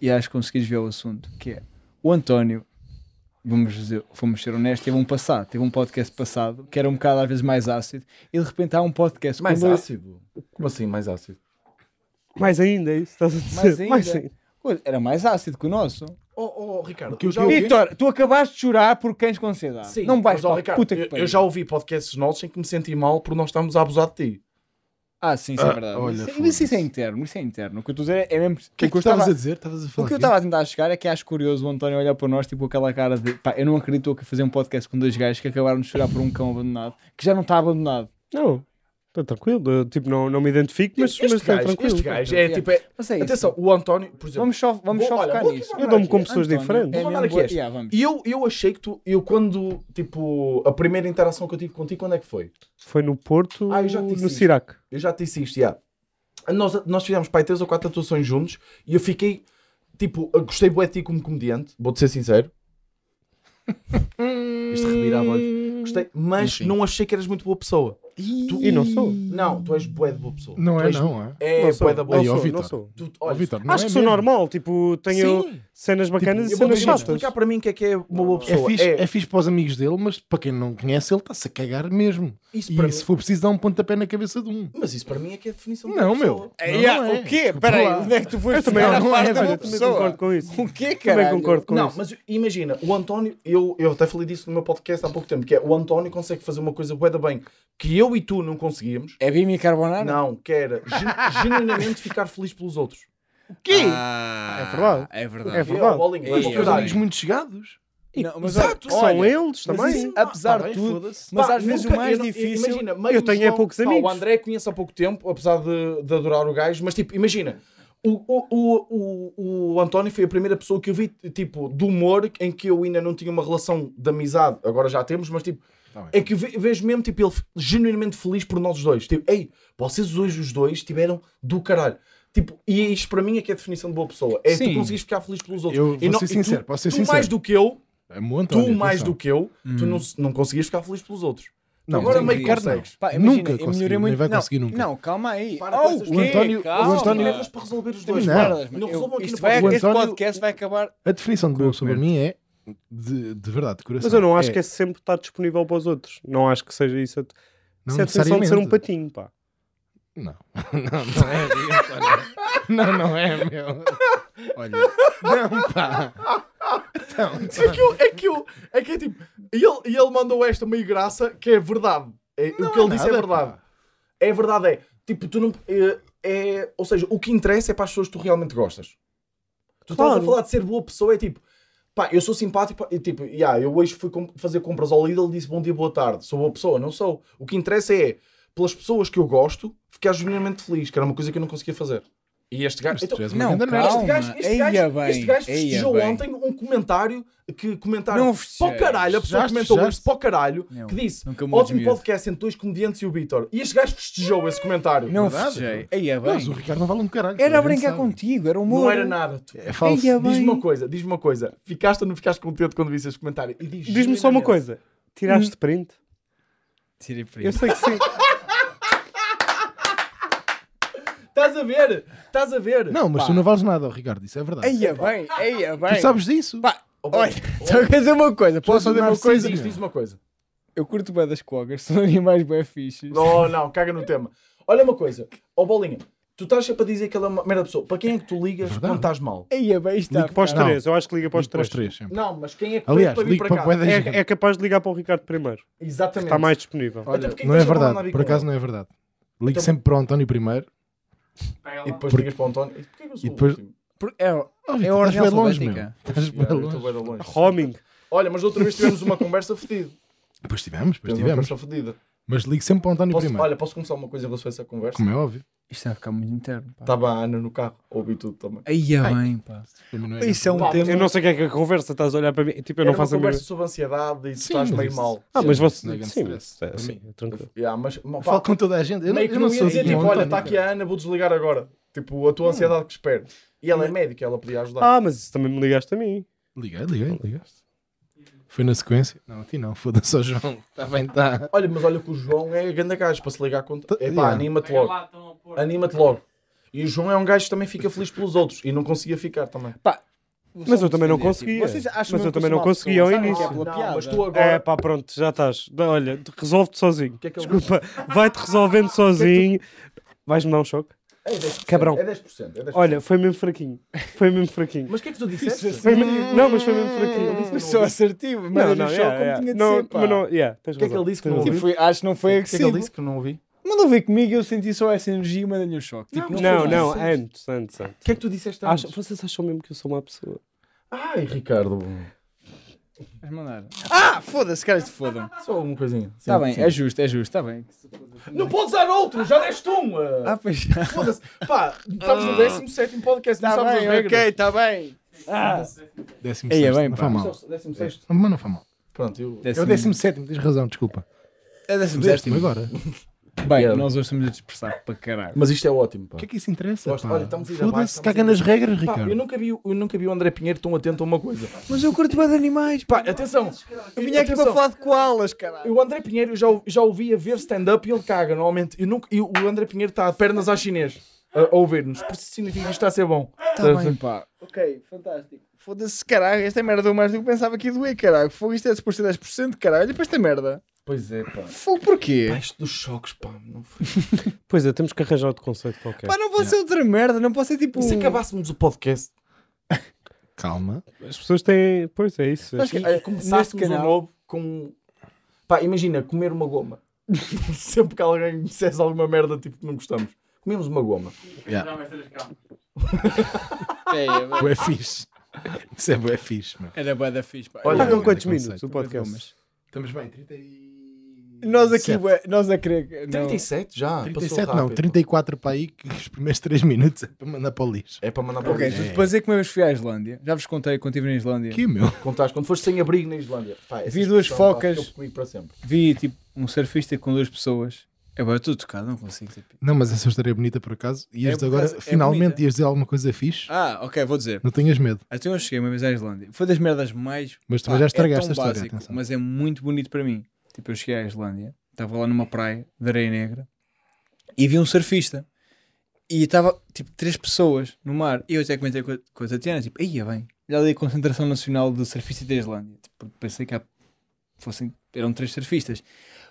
Speaker 5: e acho que consegui ver o assunto, que é o António. Vamos dizer, fomos ser honestos, teve um passado, teve um podcast passado que era um bocado às vezes mais ácido e de repente há um podcast com
Speaker 2: Mais
Speaker 5: dois-
Speaker 2: ácido? Como assim, mais ácido?
Speaker 4: Mais ainda, é isso que estás a dizer.
Speaker 5: Mais ainda.
Speaker 4: Mais ainda.
Speaker 5: Coisa, Era mais ácido que o nosso.
Speaker 2: Oh, oh Ricardo,
Speaker 1: Que
Speaker 2: eu
Speaker 1: o
Speaker 2: já
Speaker 1: quê?
Speaker 2: ouvi...
Speaker 5: Vitor, tu acabaste de chorar por cães com ansiedade.
Speaker 2: Sim,
Speaker 5: não vais
Speaker 2: mas, ó,
Speaker 5: para
Speaker 2: Ricardo,
Speaker 5: puta
Speaker 2: eu,
Speaker 5: que
Speaker 2: eu já ouvi podcasts nossos em que me senti mal por nós estarmos a abusar de ti.
Speaker 5: Ah, sim, isso é verdade.
Speaker 1: olha,
Speaker 5: Isso-
Speaker 1: foda-se.
Speaker 5: isso, é interno, isso é interno. O que eu estou a dizer é mesmo.
Speaker 1: O que é que tu estavas a dizer? Estavas a falar
Speaker 5: O que eu
Speaker 1: aqui?
Speaker 5: estava a tentar chegar é que acho curioso o António olhar para nós, tipo aquela cara de pá, eu não acredito eu que fazer um podcast com dois gajos que acabaram de chorar por um cão abandonado, que já não está abandonado.
Speaker 4: Não. Está tranquilo. eu, tipo, não, não me identifico, mas
Speaker 2: este,
Speaker 4: mas estou
Speaker 2: gajo,
Speaker 4: tranquilo.
Speaker 2: este gajo é tipo. é-
Speaker 5: Mas é isso.
Speaker 2: Atenção, o António, por exemplo.
Speaker 5: vamos só, vamos
Speaker 2: Vou-
Speaker 5: só
Speaker 2: olha,
Speaker 5: focar
Speaker 2: vou-
Speaker 5: nisso.
Speaker 2: vou-
Speaker 4: Eu dou-me com pessoas
Speaker 5: António,
Speaker 4: diferentes.
Speaker 5: É
Speaker 2: Vou
Speaker 5: mesmo
Speaker 2: mandar aqui
Speaker 5: boa-
Speaker 2: este.
Speaker 5: Yeah, vamos.
Speaker 2: E eu, eu achei que tu. Eu quando. Tipo, a primeira interação que eu tive contigo, quando é que foi?
Speaker 4: Foi no Porto,
Speaker 2: Ah, eu já te disse
Speaker 4: no
Speaker 2: isto.
Speaker 4: Sirac.
Speaker 2: Eu já te disse isto, já. Nós, nós fizemos pai três ou quatro atuações juntos e eu fiquei. Tipo, eu gostei bué de ti como comediante, vou-te ser sincero. Este revirava olhos. Gostei, mas
Speaker 5: Enfim.
Speaker 2: não achei que eras muito boa pessoa.
Speaker 4: E não sou.
Speaker 2: Não, tu és bué de boa pessoa.
Speaker 1: Não
Speaker 2: Tu
Speaker 1: é,
Speaker 2: és-
Speaker 1: não é?
Speaker 2: É,
Speaker 4: Não sou.
Speaker 2: bué da boa
Speaker 1: Aí, ó,
Speaker 4: Não
Speaker 2: pessoa.
Speaker 4: sou, não
Speaker 1: Vitor.
Speaker 4: sou.
Speaker 2: Tu,
Speaker 1: Ó,
Speaker 2: olha,
Speaker 1: Vitor, não
Speaker 4: Acho
Speaker 1: é
Speaker 4: que sou
Speaker 1: mesmo.
Speaker 4: normal, tipo, tenho
Speaker 1: Sim.
Speaker 4: cenas bacanas
Speaker 2: Eu
Speaker 4: e cenas
Speaker 2: vou-te
Speaker 1: imagina,
Speaker 4: chatas.
Speaker 2: explicar para mim o que é que é uma boa
Speaker 1: É
Speaker 2: pessoa.
Speaker 1: fixe, é fixe para os amigos dele, mas para quem não conhece, ele está-se a cagar mesmo.
Speaker 2: isso
Speaker 1: E
Speaker 2: para
Speaker 1: se
Speaker 2: mim,
Speaker 1: for preciso, dá um pontapé na cabeça de um.
Speaker 2: mas isso para mim é que é a definição de
Speaker 1: Não,
Speaker 2: boa pessoa.
Speaker 1: meu.
Speaker 5: É,
Speaker 1: Não,
Speaker 5: yeah,
Speaker 1: não é.
Speaker 5: O quê?
Speaker 1: Desculpa
Speaker 5: Peraí,
Speaker 1: lá.
Speaker 5: onde é que tu foste
Speaker 4: Tipo, Eu também,
Speaker 5: buscar a
Speaker 4: não,
Speaker 5: parte
Speaker 1: é,
Speaker 5: da
Speaker 1: olha,
Speaker 5: boa
Speaker 1: eu
Speaker 4: também
Speaker 5: pessoa?
Speaker 4: concordo com isso.
Speaker 5: O quê,
Speaker 4: Também
Speaker 5: cara?
Speaker 4: concordo com
Speaker 2: não,
Speaker 4: isso.
Speaker 2: mas imagina, o António, eu, eu até falei disso no meu podcast há pouco tempo, que é o António consegue fazer uma coisa bué da bem que eu e tu não conseguíamos.
Speaker 5: É Bimi Carbonara?
Speaker 2: Não, que era gen- genuinamente ficar feliz pelos outros.
Speaker 1: Quê?
Speaker 5: Ah,
Speaker 4: É verdade.
Speaker 5: É verdade.
Speaker 4: É verdade.
Speaker 2: Eu, bolinha, vai
Speaker 5: Ei,
Speaker 2: para o
Speaker 1: Porque os
Speaker 2: caralho.
Speaker 1: amigos muito chegados.
Speaker 5: Não, mas
Speaker 2: Exato.
Speaker 5: olha,
Speaker 4: São
Speaker 5: olha,
Speaker 4: eles
Speaker 5: mas
Speaker 4: também.
Speaker 5: isso, apesar
Speaker 1: Tá
Speaker 5: de
Speaker 1: bem,
Speaker 5: tudo,
Speaker 1: foda-se.
Speaker 5: mas
Speaker 2: Pá,
Speaker 5: às vezes
Speaker 2: nunca-
Speaker 5: o mais
Speaker 2: eu não-
Speaker 5: difícil.
Speaker 2: Imagina, meio
Speaker 4: Eu tenho é
Speaker 2: João-
Speaker 4: poucos
Speaker 2: pá,
Speaker 4: amigos.
Speaker 2: O André conheço há pouco tempo, apesar de, de adorar o gajo, mas tipo, imagina. O, o, o, o, o António foi a primeira pessoa que eu vi, tipo, do humor em que eu ainda não tinha uma relação de amizade, agora já temos, mas tipo,
Speaker 1: Tá bem.
Speaker 2: é que eu ve- vejo mesmo, tipo, ele f- genuinamente feliz por nós os dois. Tipo, ei, vocês hoje os dois tiveram do caralho. Tipo, e é isto para mim é que é a definição de boa pessoa. É
Speaker 5: Sim.
Speaker 2: tu conseguires ficar feliz pelos outros.
Speaker 1: Eu vou
Speaker 2: e não,
Speaker 1: ser
Speaker 2: e tu-
Speaker 1: sincero, posso ser
Speaker 2: tu
Speaker 1: sincero.
Speaker 2: mais do que eu,
Speaker 1: É muito,
Speaker 2: tu
Speaker 1: olha,
Speaker 2: mais
Speaker 1: atenção. Hum.
Speaker 2: do que eu, tu não, não conseguias ficar feliz pelos outros.
Speaker 1: Não,
Speaker 2: Agora
Speaker 1: mas
Speaker 2: meio
Speaker 1: o
Speaker 2: que
Speaker 1: Ricardo não.
Speaker 2: consegues.
Speaker 5: Pá, imagina,
Speaker 1: nunca
Speaker 5: eu
Speaker 1: conseguiu,
Speaker 5: melhorei muito.
Speaker 1: nem vai
Speaker 5: não,
Speaker 1: conseguir nunca.
Speaker 5: Não, calma aí.
Speaker 2: Para
Speaker 5: Oh,
Speaker 2: com essas
Speaker 5: o é quê?
Speaker 1: António- é- o
Speaker 5: Calma.
Speaker 1: António-
Speaker 2: merdas para resolver os dois.
Speaker 1: Não.
Speaker 2: pá.
Speaker 5: Merdas, mano.
Speaker 2: Não
Speaker 5: Eu-
Speaker 2: resolvam aqui
Speaker 5: isto
Speaker 2: no
Speaker 5: vai,
Speaker 1: podcast.
Speaker 5: Este
Speaker 1: O António-
Speaker 5: podcast vai acabar.
Speaker 1: A definição de boa pessoa para
Speaker 5: merda.
Speaker 1: mim é de, de verdade, de coração.
Speaker 4: Mas eu não acho que é sempre estar disponível para os outros. Não acho que seja isso. a-
Speaker 1: Não
Speaker 4: isso é a sensação de ser um
Speaker 1: necessariamente.
Speaker 4: patinho, pá.
Speaker 1: Não, não, não é, Ricardo. não, não é, meu. Olha, não, pá. Então,
Speaker 2: É que, eu, é, que eu, é que é tipo. E ele, e ele mandou esta meio graça que é verdade. É, o que ele disse é
Speaker 1: então, nada,
Speaker 2: verdade.
Speaker 1: pá.
Speaker 2: É verdade, é. Tipo, tu não. É, é- ou seja, o que interessa é para as pessoas que tu realmente gostas. Tu estás
Speaker 4: Claro.
Speaker 2: a falar de ser boa pessoa, é tipo. Pá, eu sou simpático. pá, E, tipo, yeah, eu hoje fui com- fazer compras ao Lidl e disse bom dia, boa tarde. Sou boa pessoa, não sou. O que interessa é, pelas pessoas que eu gosto, ficar genuinamente feliz, que era uma coisa que eu não conseguia fazer. E este gajo. Então,
Speaker 1: Tu és uma
Speaker 5: Não,
Speaker 1: grande
Speaker 5: calma.
Speaker 1: merda.
Speaker 2: este gajo, este gajo,
Speaker 5: Eia bem,
Speaker 2: este gajo
Speaker 5: eia
Speaker 2: festejou
Speaker 5: bem.
Speaker 2: ontem um comentário que comentaram
Speaker 5: Não
Speaker 2: para
Speaker 5: festejaste.
Speaker 2: o caralho, a pessoa
Speaker 1: Festejaste,
Speaker 2: comentou
Speaker 1: festejaste.
Speaker 2: isto para o caralho,
Speaker 5: Não,
Speaker 2: que disse
Speaker 5: nunca me
Speaker 2: ótimo
Speaker 5: admiro.
Speaker 2: podcast entre dois comediantes e o Vitor. E este gajo festejou esse comentário.
Speaker 5: Não
Speaker 1: Verdade.
Speaker 5: festejei. Aí é bem.
Speaker 1: Mas o Ricardo não vale um caralho.
Speaker 5: Era a
Speaker 1: toda gente
Speaker 5: brincar
Speaker 1: sabe.
Speaker 5: contigo, era humor.
Speaker 2: Não era nada. Tu-
Speaker 1: É falso.
Speaker 5: Eia, Tá bem.
Speaker 2: Diz-me uma coisa, diz-me uma coisa. Ficaste ou não ficaste contente quando viste esse comentário? E diz
Speaker 4: Diz-me só uma coisa. Tiraste print?
Speaker 5: Tirei para
Speaker 4: Eu sei que sim.
Speaker 2: Estás a ver? Estás a ver?
Speaker 1: Não, mas
Speaker 5: Pá.
Speaker 1: tu não vales nada, ó, Ricardo. Isso é verdade.
Speaker 5: Aí é bem, aí é bem.
Speaker 1: tu sabes disso.
Speaker 5: Pá,
Speaker 2: Oh, bom.
Speaker 5: olha, só quer dizer uma coisa. Posso só dizer uma coisa?
Speaker 2: Diz, diz uma coisa.
Speaker 5: Eu curto bem das cogas, são animais bem fixes.
Speaker 2: Não, não, caga no tema. Olha uma coisa, ó Bolinha, tu estás sempre a dizer que ele é uma merda de pessoa. Para quem é que tu ligas
Speaker 1: Verdade.
Speaker 2: quando estás mal?
Speaker 5: Aí é bem, está.
Speaker 4: Ligo para os
Speaker 1: Não.
Speaker 4: Tipo, três. Eu acho que liga para os
Speaker 1: Para os
Speaker 4: três.
Speaker 1: três, sempre.
Speaker 2: Não, mas quem é que pede
Speaker 1: Aliás,
Speaker 2: para vir
Speaker 1: ligo
Speaker 2: para
Speaker 1: para
Speaker 2: cá?
Speaker 1: bué da gente.
Speaker 4: É, é capaz de ligar para o Ricardo primeiro.
Speaker 2: Exatamente.
Speaker 4: Está mais disponível.
Speaker 2: Olha, porque
Speaker 1: Não é verdade, por acaso não é verdade. Ligo
Speaker 2: Então-
Speaker 1: sempre para o António primeiro.
Speaker 2: E depois ligas para o António. E porquê que eu sou
Speaker 1: E depois-
Speaker 2: o último?
Speaker 5: Por- É,
Speaker 1: Oh,
Speaker 5: é
Speaker 1: Vitor,
Speaker 5: a ordem
Speaker 1: estás bem longe, meu.
Speaker 5: alfabética.
Speaker 1: Estás bem
Speaker 2: Yeah, eu
Speaker 1: longe.
Speaker 2: estou bué de longe.
Speaker 4: Homing.
Speaker 2: Olha, mas da outra vez tivemos uma conversa fedida.
Speaker 1: Pois tivemos, pois
Speaker 2: Tivemos uma
Speaker 1: tivemos.
Speaker 2: conversa fedida.
Speaker 1: Mas ligo sempre para o António
Speaker 2: Posso-
Speaker 1: primeiro.
Speaker 2: Olha, posso começar uma coisa em relação a essa conversa?
Speaker 1: Como é óbvio.
Speaker 5: Isto está a ficar muito interno. Pá.
Speaker 2: Estava a Ana no carro, ouvi tudo também.
Speaker 5: Aí é bem, pá.
Speaker 1: Para mim não é
Speaker 5: Isso é um
Speaker 2: Pá,
Speaker 5: tema.
Speaker 4: Eu não sei o que é que a conversa estás a olhar para mim. Tipo, eu
Speaker 2: Era
Speaker 4: não faço a
Speaker 2: uma
Speaker 4: minha.
Speaker 2: conversa sobre ansiedade e tu
Speaker 1: Sim,
Speaker 2: estás
Speaker 1: mas
Speaker 2: meio
Speaker 1: isso-
Speaker 2: mal.
Speaker 4: Ah, mas você.
Speaker 1: Não é grande
Speaker 4: Sim,
Speaker 1: stress.
Speaker 4: mas, é,
Speaker 1: Para
Speaker 4: sim,
Speaker 1: mim.
Speaker 4: tranquilo.
Speaker 2: Yeah, mas, pá,
Speaker 1: Falo com toda a gente. Eu não,
Speaker 2: meio que
Speaker 1: eu
Speaker 2: não,
Speaker 1: não
Speaker 2: ia
Speaker 1: sou né?
Speaker 2: dizer, tipo,
Speaker 1: o
Speaker 2: olha,
Speaker 1: António,
Speaker 2: está aqui
Speaker 1: cara.
Speaker 2: a Ana, vou desligar agora. Tipo, a tua ansiedade que espero. E ela é
Speaker 1: Hum.
Speaker 2: médica, ela podia ajudar.
Speaker 4: Ah, mas isso também me ligaste a mim.
Speaker 1: Liguei, liguei, ligaste. Foi na sequência? Não, a ti não. Foda-se ao João. Está bem, tá. está.
Speaker 2: Olha, mas olha que o João é grande gajo para se ligar com...
Speaker 1: Tá-
Speaker 2: Epá,
Speaker 1: yeah.
Speaker 2: anima-te logo. Anima-te logo. E o João é um gajo que também fica feliz pelos outros e não conseguia ficar também.
Speaker 4: Mas eu também não conseguia. Mas eu também
Speaker 5: é
Speaker 4: não conseguia ao início.
Speaker 5: pela
Speaker 2: não,
Speaker 5: piada.
Speaker 2: mas tu
Speaker 4: É
Speaker 2: agora...
Speaker 4: pá, pronto, já estás. Dá, Olha, te- resolve-te sozinho.
Speaker 2: que é que ele
Speaker 4: Desculpa, vai-te resolvendo sozinho. Vais-me dar um choque?
Speaker 2: É 10%.
Speaker 4: Cabrão.
Speaker 2: É 10%. É 10%.
Speaker 4: Olha, foi mesmo fraquinho. Foi mesmo fraquinho.
Speaker 2: Mas o que é que tu disseste?
Speaker 4: Foi mesmo- Não, mas foi mesmo fraquinho.
Speaker 5: Eu assim. sou assertivo, mas
Speaker 4: Não,
Speaker 5: eu
Speaker 4: não,
Speaker 5: não
Speaker 4: yeah,
Speaker 5: choque como
Speaker 4: yeah.
Speaker 5: tinha de
Speaker 4: não,
Speaker 5: ser, pá.
Speaker 4: mas não, yeah, tens
Speaker 2: O que é que
Speaker 4: razão,
Speaker 2: ele disse que
Speaker 4: tens
Speaker 2: não
Speaker 4: razão.
Speaker 5: Tipo, foi- acho que não foi
Speaker 2: O que é que ele
Speaker 5: agressivo.
Speaker 2: disse que eu não ouvi?
Speaker 5: Mandou ver comigo e eu senti só essa energia e mandei-lhe um choque. Tipo,
Speaker 4: Não,
Speaker 5: foi
Speaker 4: não,
Speaker 5: assim.
Speaker 4: antes, antes, antes.
Speaker 2: O que é que tu disseste
Speaker 4: Acho-
Speaker 2: antes?
Speaker 4: vocês acham mesmo que eu sou uma pessoa?
Speaker 2: Ai, Ricardo.
Speaker 5: Vais mandar. Ah, foda-se, caras, se fodam.
Speaker 2: Só uma coisinha.
Speaker 5: Está
Speaker 2: Sim,
Speaker 5: bem,
Speaker 2: sim.
Speaker 5: é justo, é justo, está bem.
Speaker 2: Não podes dar outro, já deste um.
Speaker 5: Ah,
Speaker 2: ah.
Speaker 5: pois já.
Speaker 2: Foda-se. Pá, estamos no 17 podcast, não
Speaker 5: Está
Speaker 2: sabes as
Speaker 5: Tá bem,
Speaker 2: regras.
Speaker 5: ok, está bem.
Speaker 1: Décimo
Speaker 5: Ei, é
Speaker 1: sexto.
Speaker 5: bem,
Speaker 1: não
Speaker 5: pá.
Speaker 1: foi mal.
Speaker 2: 16.
Speaker 1: Mas não foi mal.
Speaker 2: Pronto, eu.
Speaker 1: É o décimo sétimo, tens razão, desculpa.
Speaker 5: É décimo
Speaker 1: Décimo
Speaker 5: sétimo.
Speaker 1: agora.
Speaker 5: Bem,
Speaker 2: Yeah.
Speaker 5: nós hoje estamos a dispersar para caralho.
Speaker 2: Mas isto é ótimo, pá.
Speaker 1: O que é que isso interessa?
Speaker 2: Gosto.
Speaker 1: pá?
Speaker 2: Olha, estamos a ir abaixo,
Speaker 1: Foda-se,
Speaker 2: estamos
Speaker 1: caga
Speaker 2: a ir
Speaker 1: nas regras,
Speaker 2: Pá, eu,
Speaker 1: Ricardo.
Speaker 2: nunca vi, o- eu nunca vi o André Pinheiro tão atento a uma coisa.
Speaker 5: Mas eu curto bem de animais,
Speaker 2: Pá, atenção.
Speaker 5: Eu vinha aqui para falar de koalas, caralho.
Speaker 2: O André Pinheiro, eu já, o- já ouvi a ver stand-up e ele caga, normalmente. Eu nunca, e o André Pinheiro está a pernas à chinês a, a ouvir-nos. Por isso significa que isto está a ser bom. Tá,
Speaker 5: Está Tá bem, pá. Ok, fantástico. Foda-se, caralho. Esta merda deu mais do que pensava que ia doer, caralho. Fogo, isto é suposto ser 10%, caralho. Olha para esta merda.
Speaker 2: Pois é, pá.
Speaker 5: Fogo, porquê?
Speaker 2: Pá, isto dos choques, pá. Não foi.
Speaker 4: Pois é, temos que arranjar outro conceito qualquer.
Speaker 5: Pá, não pode ser outra merda. Não pode ser tipo...
Speaker 2: E se acabássemos o podcast?
Speaker 1: Calma.
Speaker 4: As pessoas têm. Pois é, isso.
Speaker 5: Acho que- eh,
Speaker 2: E
Speaker 5: Neste
Speaker 2: começássemos um
Speaker 5: canal...
Speaker 2: novo com. Pá, imagina, comer uma goma. Sempre que alguém me dissesse alguma merda tipo que não gostamos, comemos uma goma.
Speaker 1: Bué fixe. Isso é bué fixe, meu.
Speaker 5: Era bué da fixe, pá.
Speaker 2: Olha,
Speaker 4: Está com
Speaker 1: grande
Speaker 4: quantos
Speaker 1: conceito.
Speaker 4: minutos o podcast?
Speaker 1: Estamos bem, 30 e...
Speaker 5: Nós aqui,
Speaker 1: Sete.
Speaker 5: bué, nós a querer... que- não.
Speaker 2: 37 já.
Speaker 1: 37
Speaker 2: Ah, passou
Speaker 1: não,
Speaker 2: rápido.
Speaker 1: 34 para aí que os primeiros 3 minutos é para mandar para o lixo.
Speaker 2: É para mandar para
Speaker 5: Ok,
Speaker 2: alguém.
Speaker 5: justo para dizer que uma vez fui à Islândia. Já vos contei quando estive na Islândia.
Speaker 1: Aqui, meu.
Speaker 2: Contaste quando foste sem abrigo na Islândia. Pá, essa
Speaker 5: É. Vi duas
Speaker 2: expressão, pá,
Speaker 5: focas.
Speaker 2: ficou comigo para sempre.
Speaker 5: Vi, tipo, um surfista com duas pessoas. É Eu agora estou tocado, não consigo, tipo...
Speaker 1: Não, mas essa história é bonita por acaso.
Speaker 5: É
Speaker 1: Ias
Speaker 5: por
Speaker 1: agora,
Speaker 5: acaso- é
Speaker 1: finalmente,
Speaker 5: bonita.
Speaker 1: ias dizer alguma coisa fixe.
Speaker 5: Ah, ok, vou dizer.
Speaker 1: Não tenhas medo.
Speaker 5: Até Então eu cheguei uma vez à Islândia. Foi das merdas mais.
Speaker 1: Mas também já estragaste
Speaker 5: é tão
Speaker 1: a história,
Speaker 5: básico,
Speaker 1: atenção.
Speaker 5: Mas é muito bonito para mim. Tipo, eu cheguei à Islândia, estava lá numa praia de areia negra e vi um surfista. E estava tipo três pessoas no mar. E eu até comentei com a, com a Tatiana, tipo, aí é bem. Já li a concentração nacional de surfistas da Islândia. Tipo, porque pensei que há- fossem, eram três surfistas.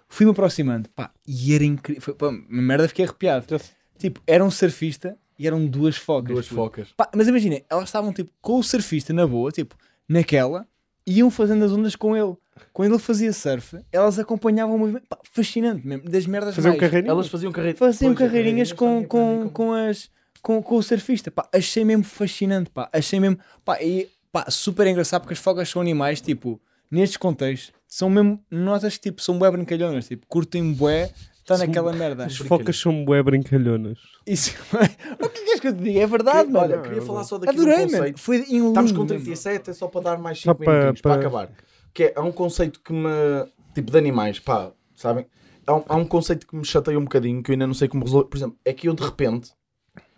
Speaker 5: Fui-me aproximando, pá, e era incrível. Foi, pá, uma merda, fiquei arrepiado. Tipo, era um surfista e eram duas focas. tipo,
Speaker 2: Duas
Speaker 5: puto.
Speaker 2: focas.
Speaker 5: Pá, mas imagina, elas estavam tipo com o surfista na boa, tipo, naquela, e iam fazendo as ondas com ele. Quando ele fazia surf, elas acompanhavam o movimento. Pá, fascinante mesmo, das merdas
Speaker 4: Fazer um
Speaker 5: mais.
Speaker 4: carreirinho?
Speaker 2: Elas faziam carreiras.
Speaker 5: Faziam
Speaker 2: Pois,
Speaker 5: carreirinhas
Speaker 2: é,
Speaker 5: com,
Speaker 2: elas faziam
Speaker 5: com, com, as, com, com o surfista. Pá, achei mesmo fascinante, pá. Achei mesmo, pá, e, pá, super engraçado porque as fogas são animais, tipo, nestes contextos, são mesmo notas que tipo, são bué brincalhonas, tipo, curtem bué, Está naquela merda.
Speaker 4: As focas são bué brincalhonas.
Speaker 5: Isso. o que queres que eu te diga? É verdade,
Speaker 2: Olha,
Speaker 5: mano.
Speaker 2: queria falar só daqui do
Speaker 5: Adorei, mano.
Speaker 2: conceito.
Speaker 5: Foi em
Speaker 2: Estamos com
Speaker 5: lume,
Speaker 2: 37, é só para dar mais
Speaker 4: Só
Speaker 2: 5 minutinhos,
Speaker 4: para-
Speaker 2: para, acabar. Que é, há um conceito que me... Tipo, de animais, pá, sabem? Há um, há um conceito que me chateia um bocadinho, que eu ainda não sei como resolver. Por exemplo, é que eu de repente...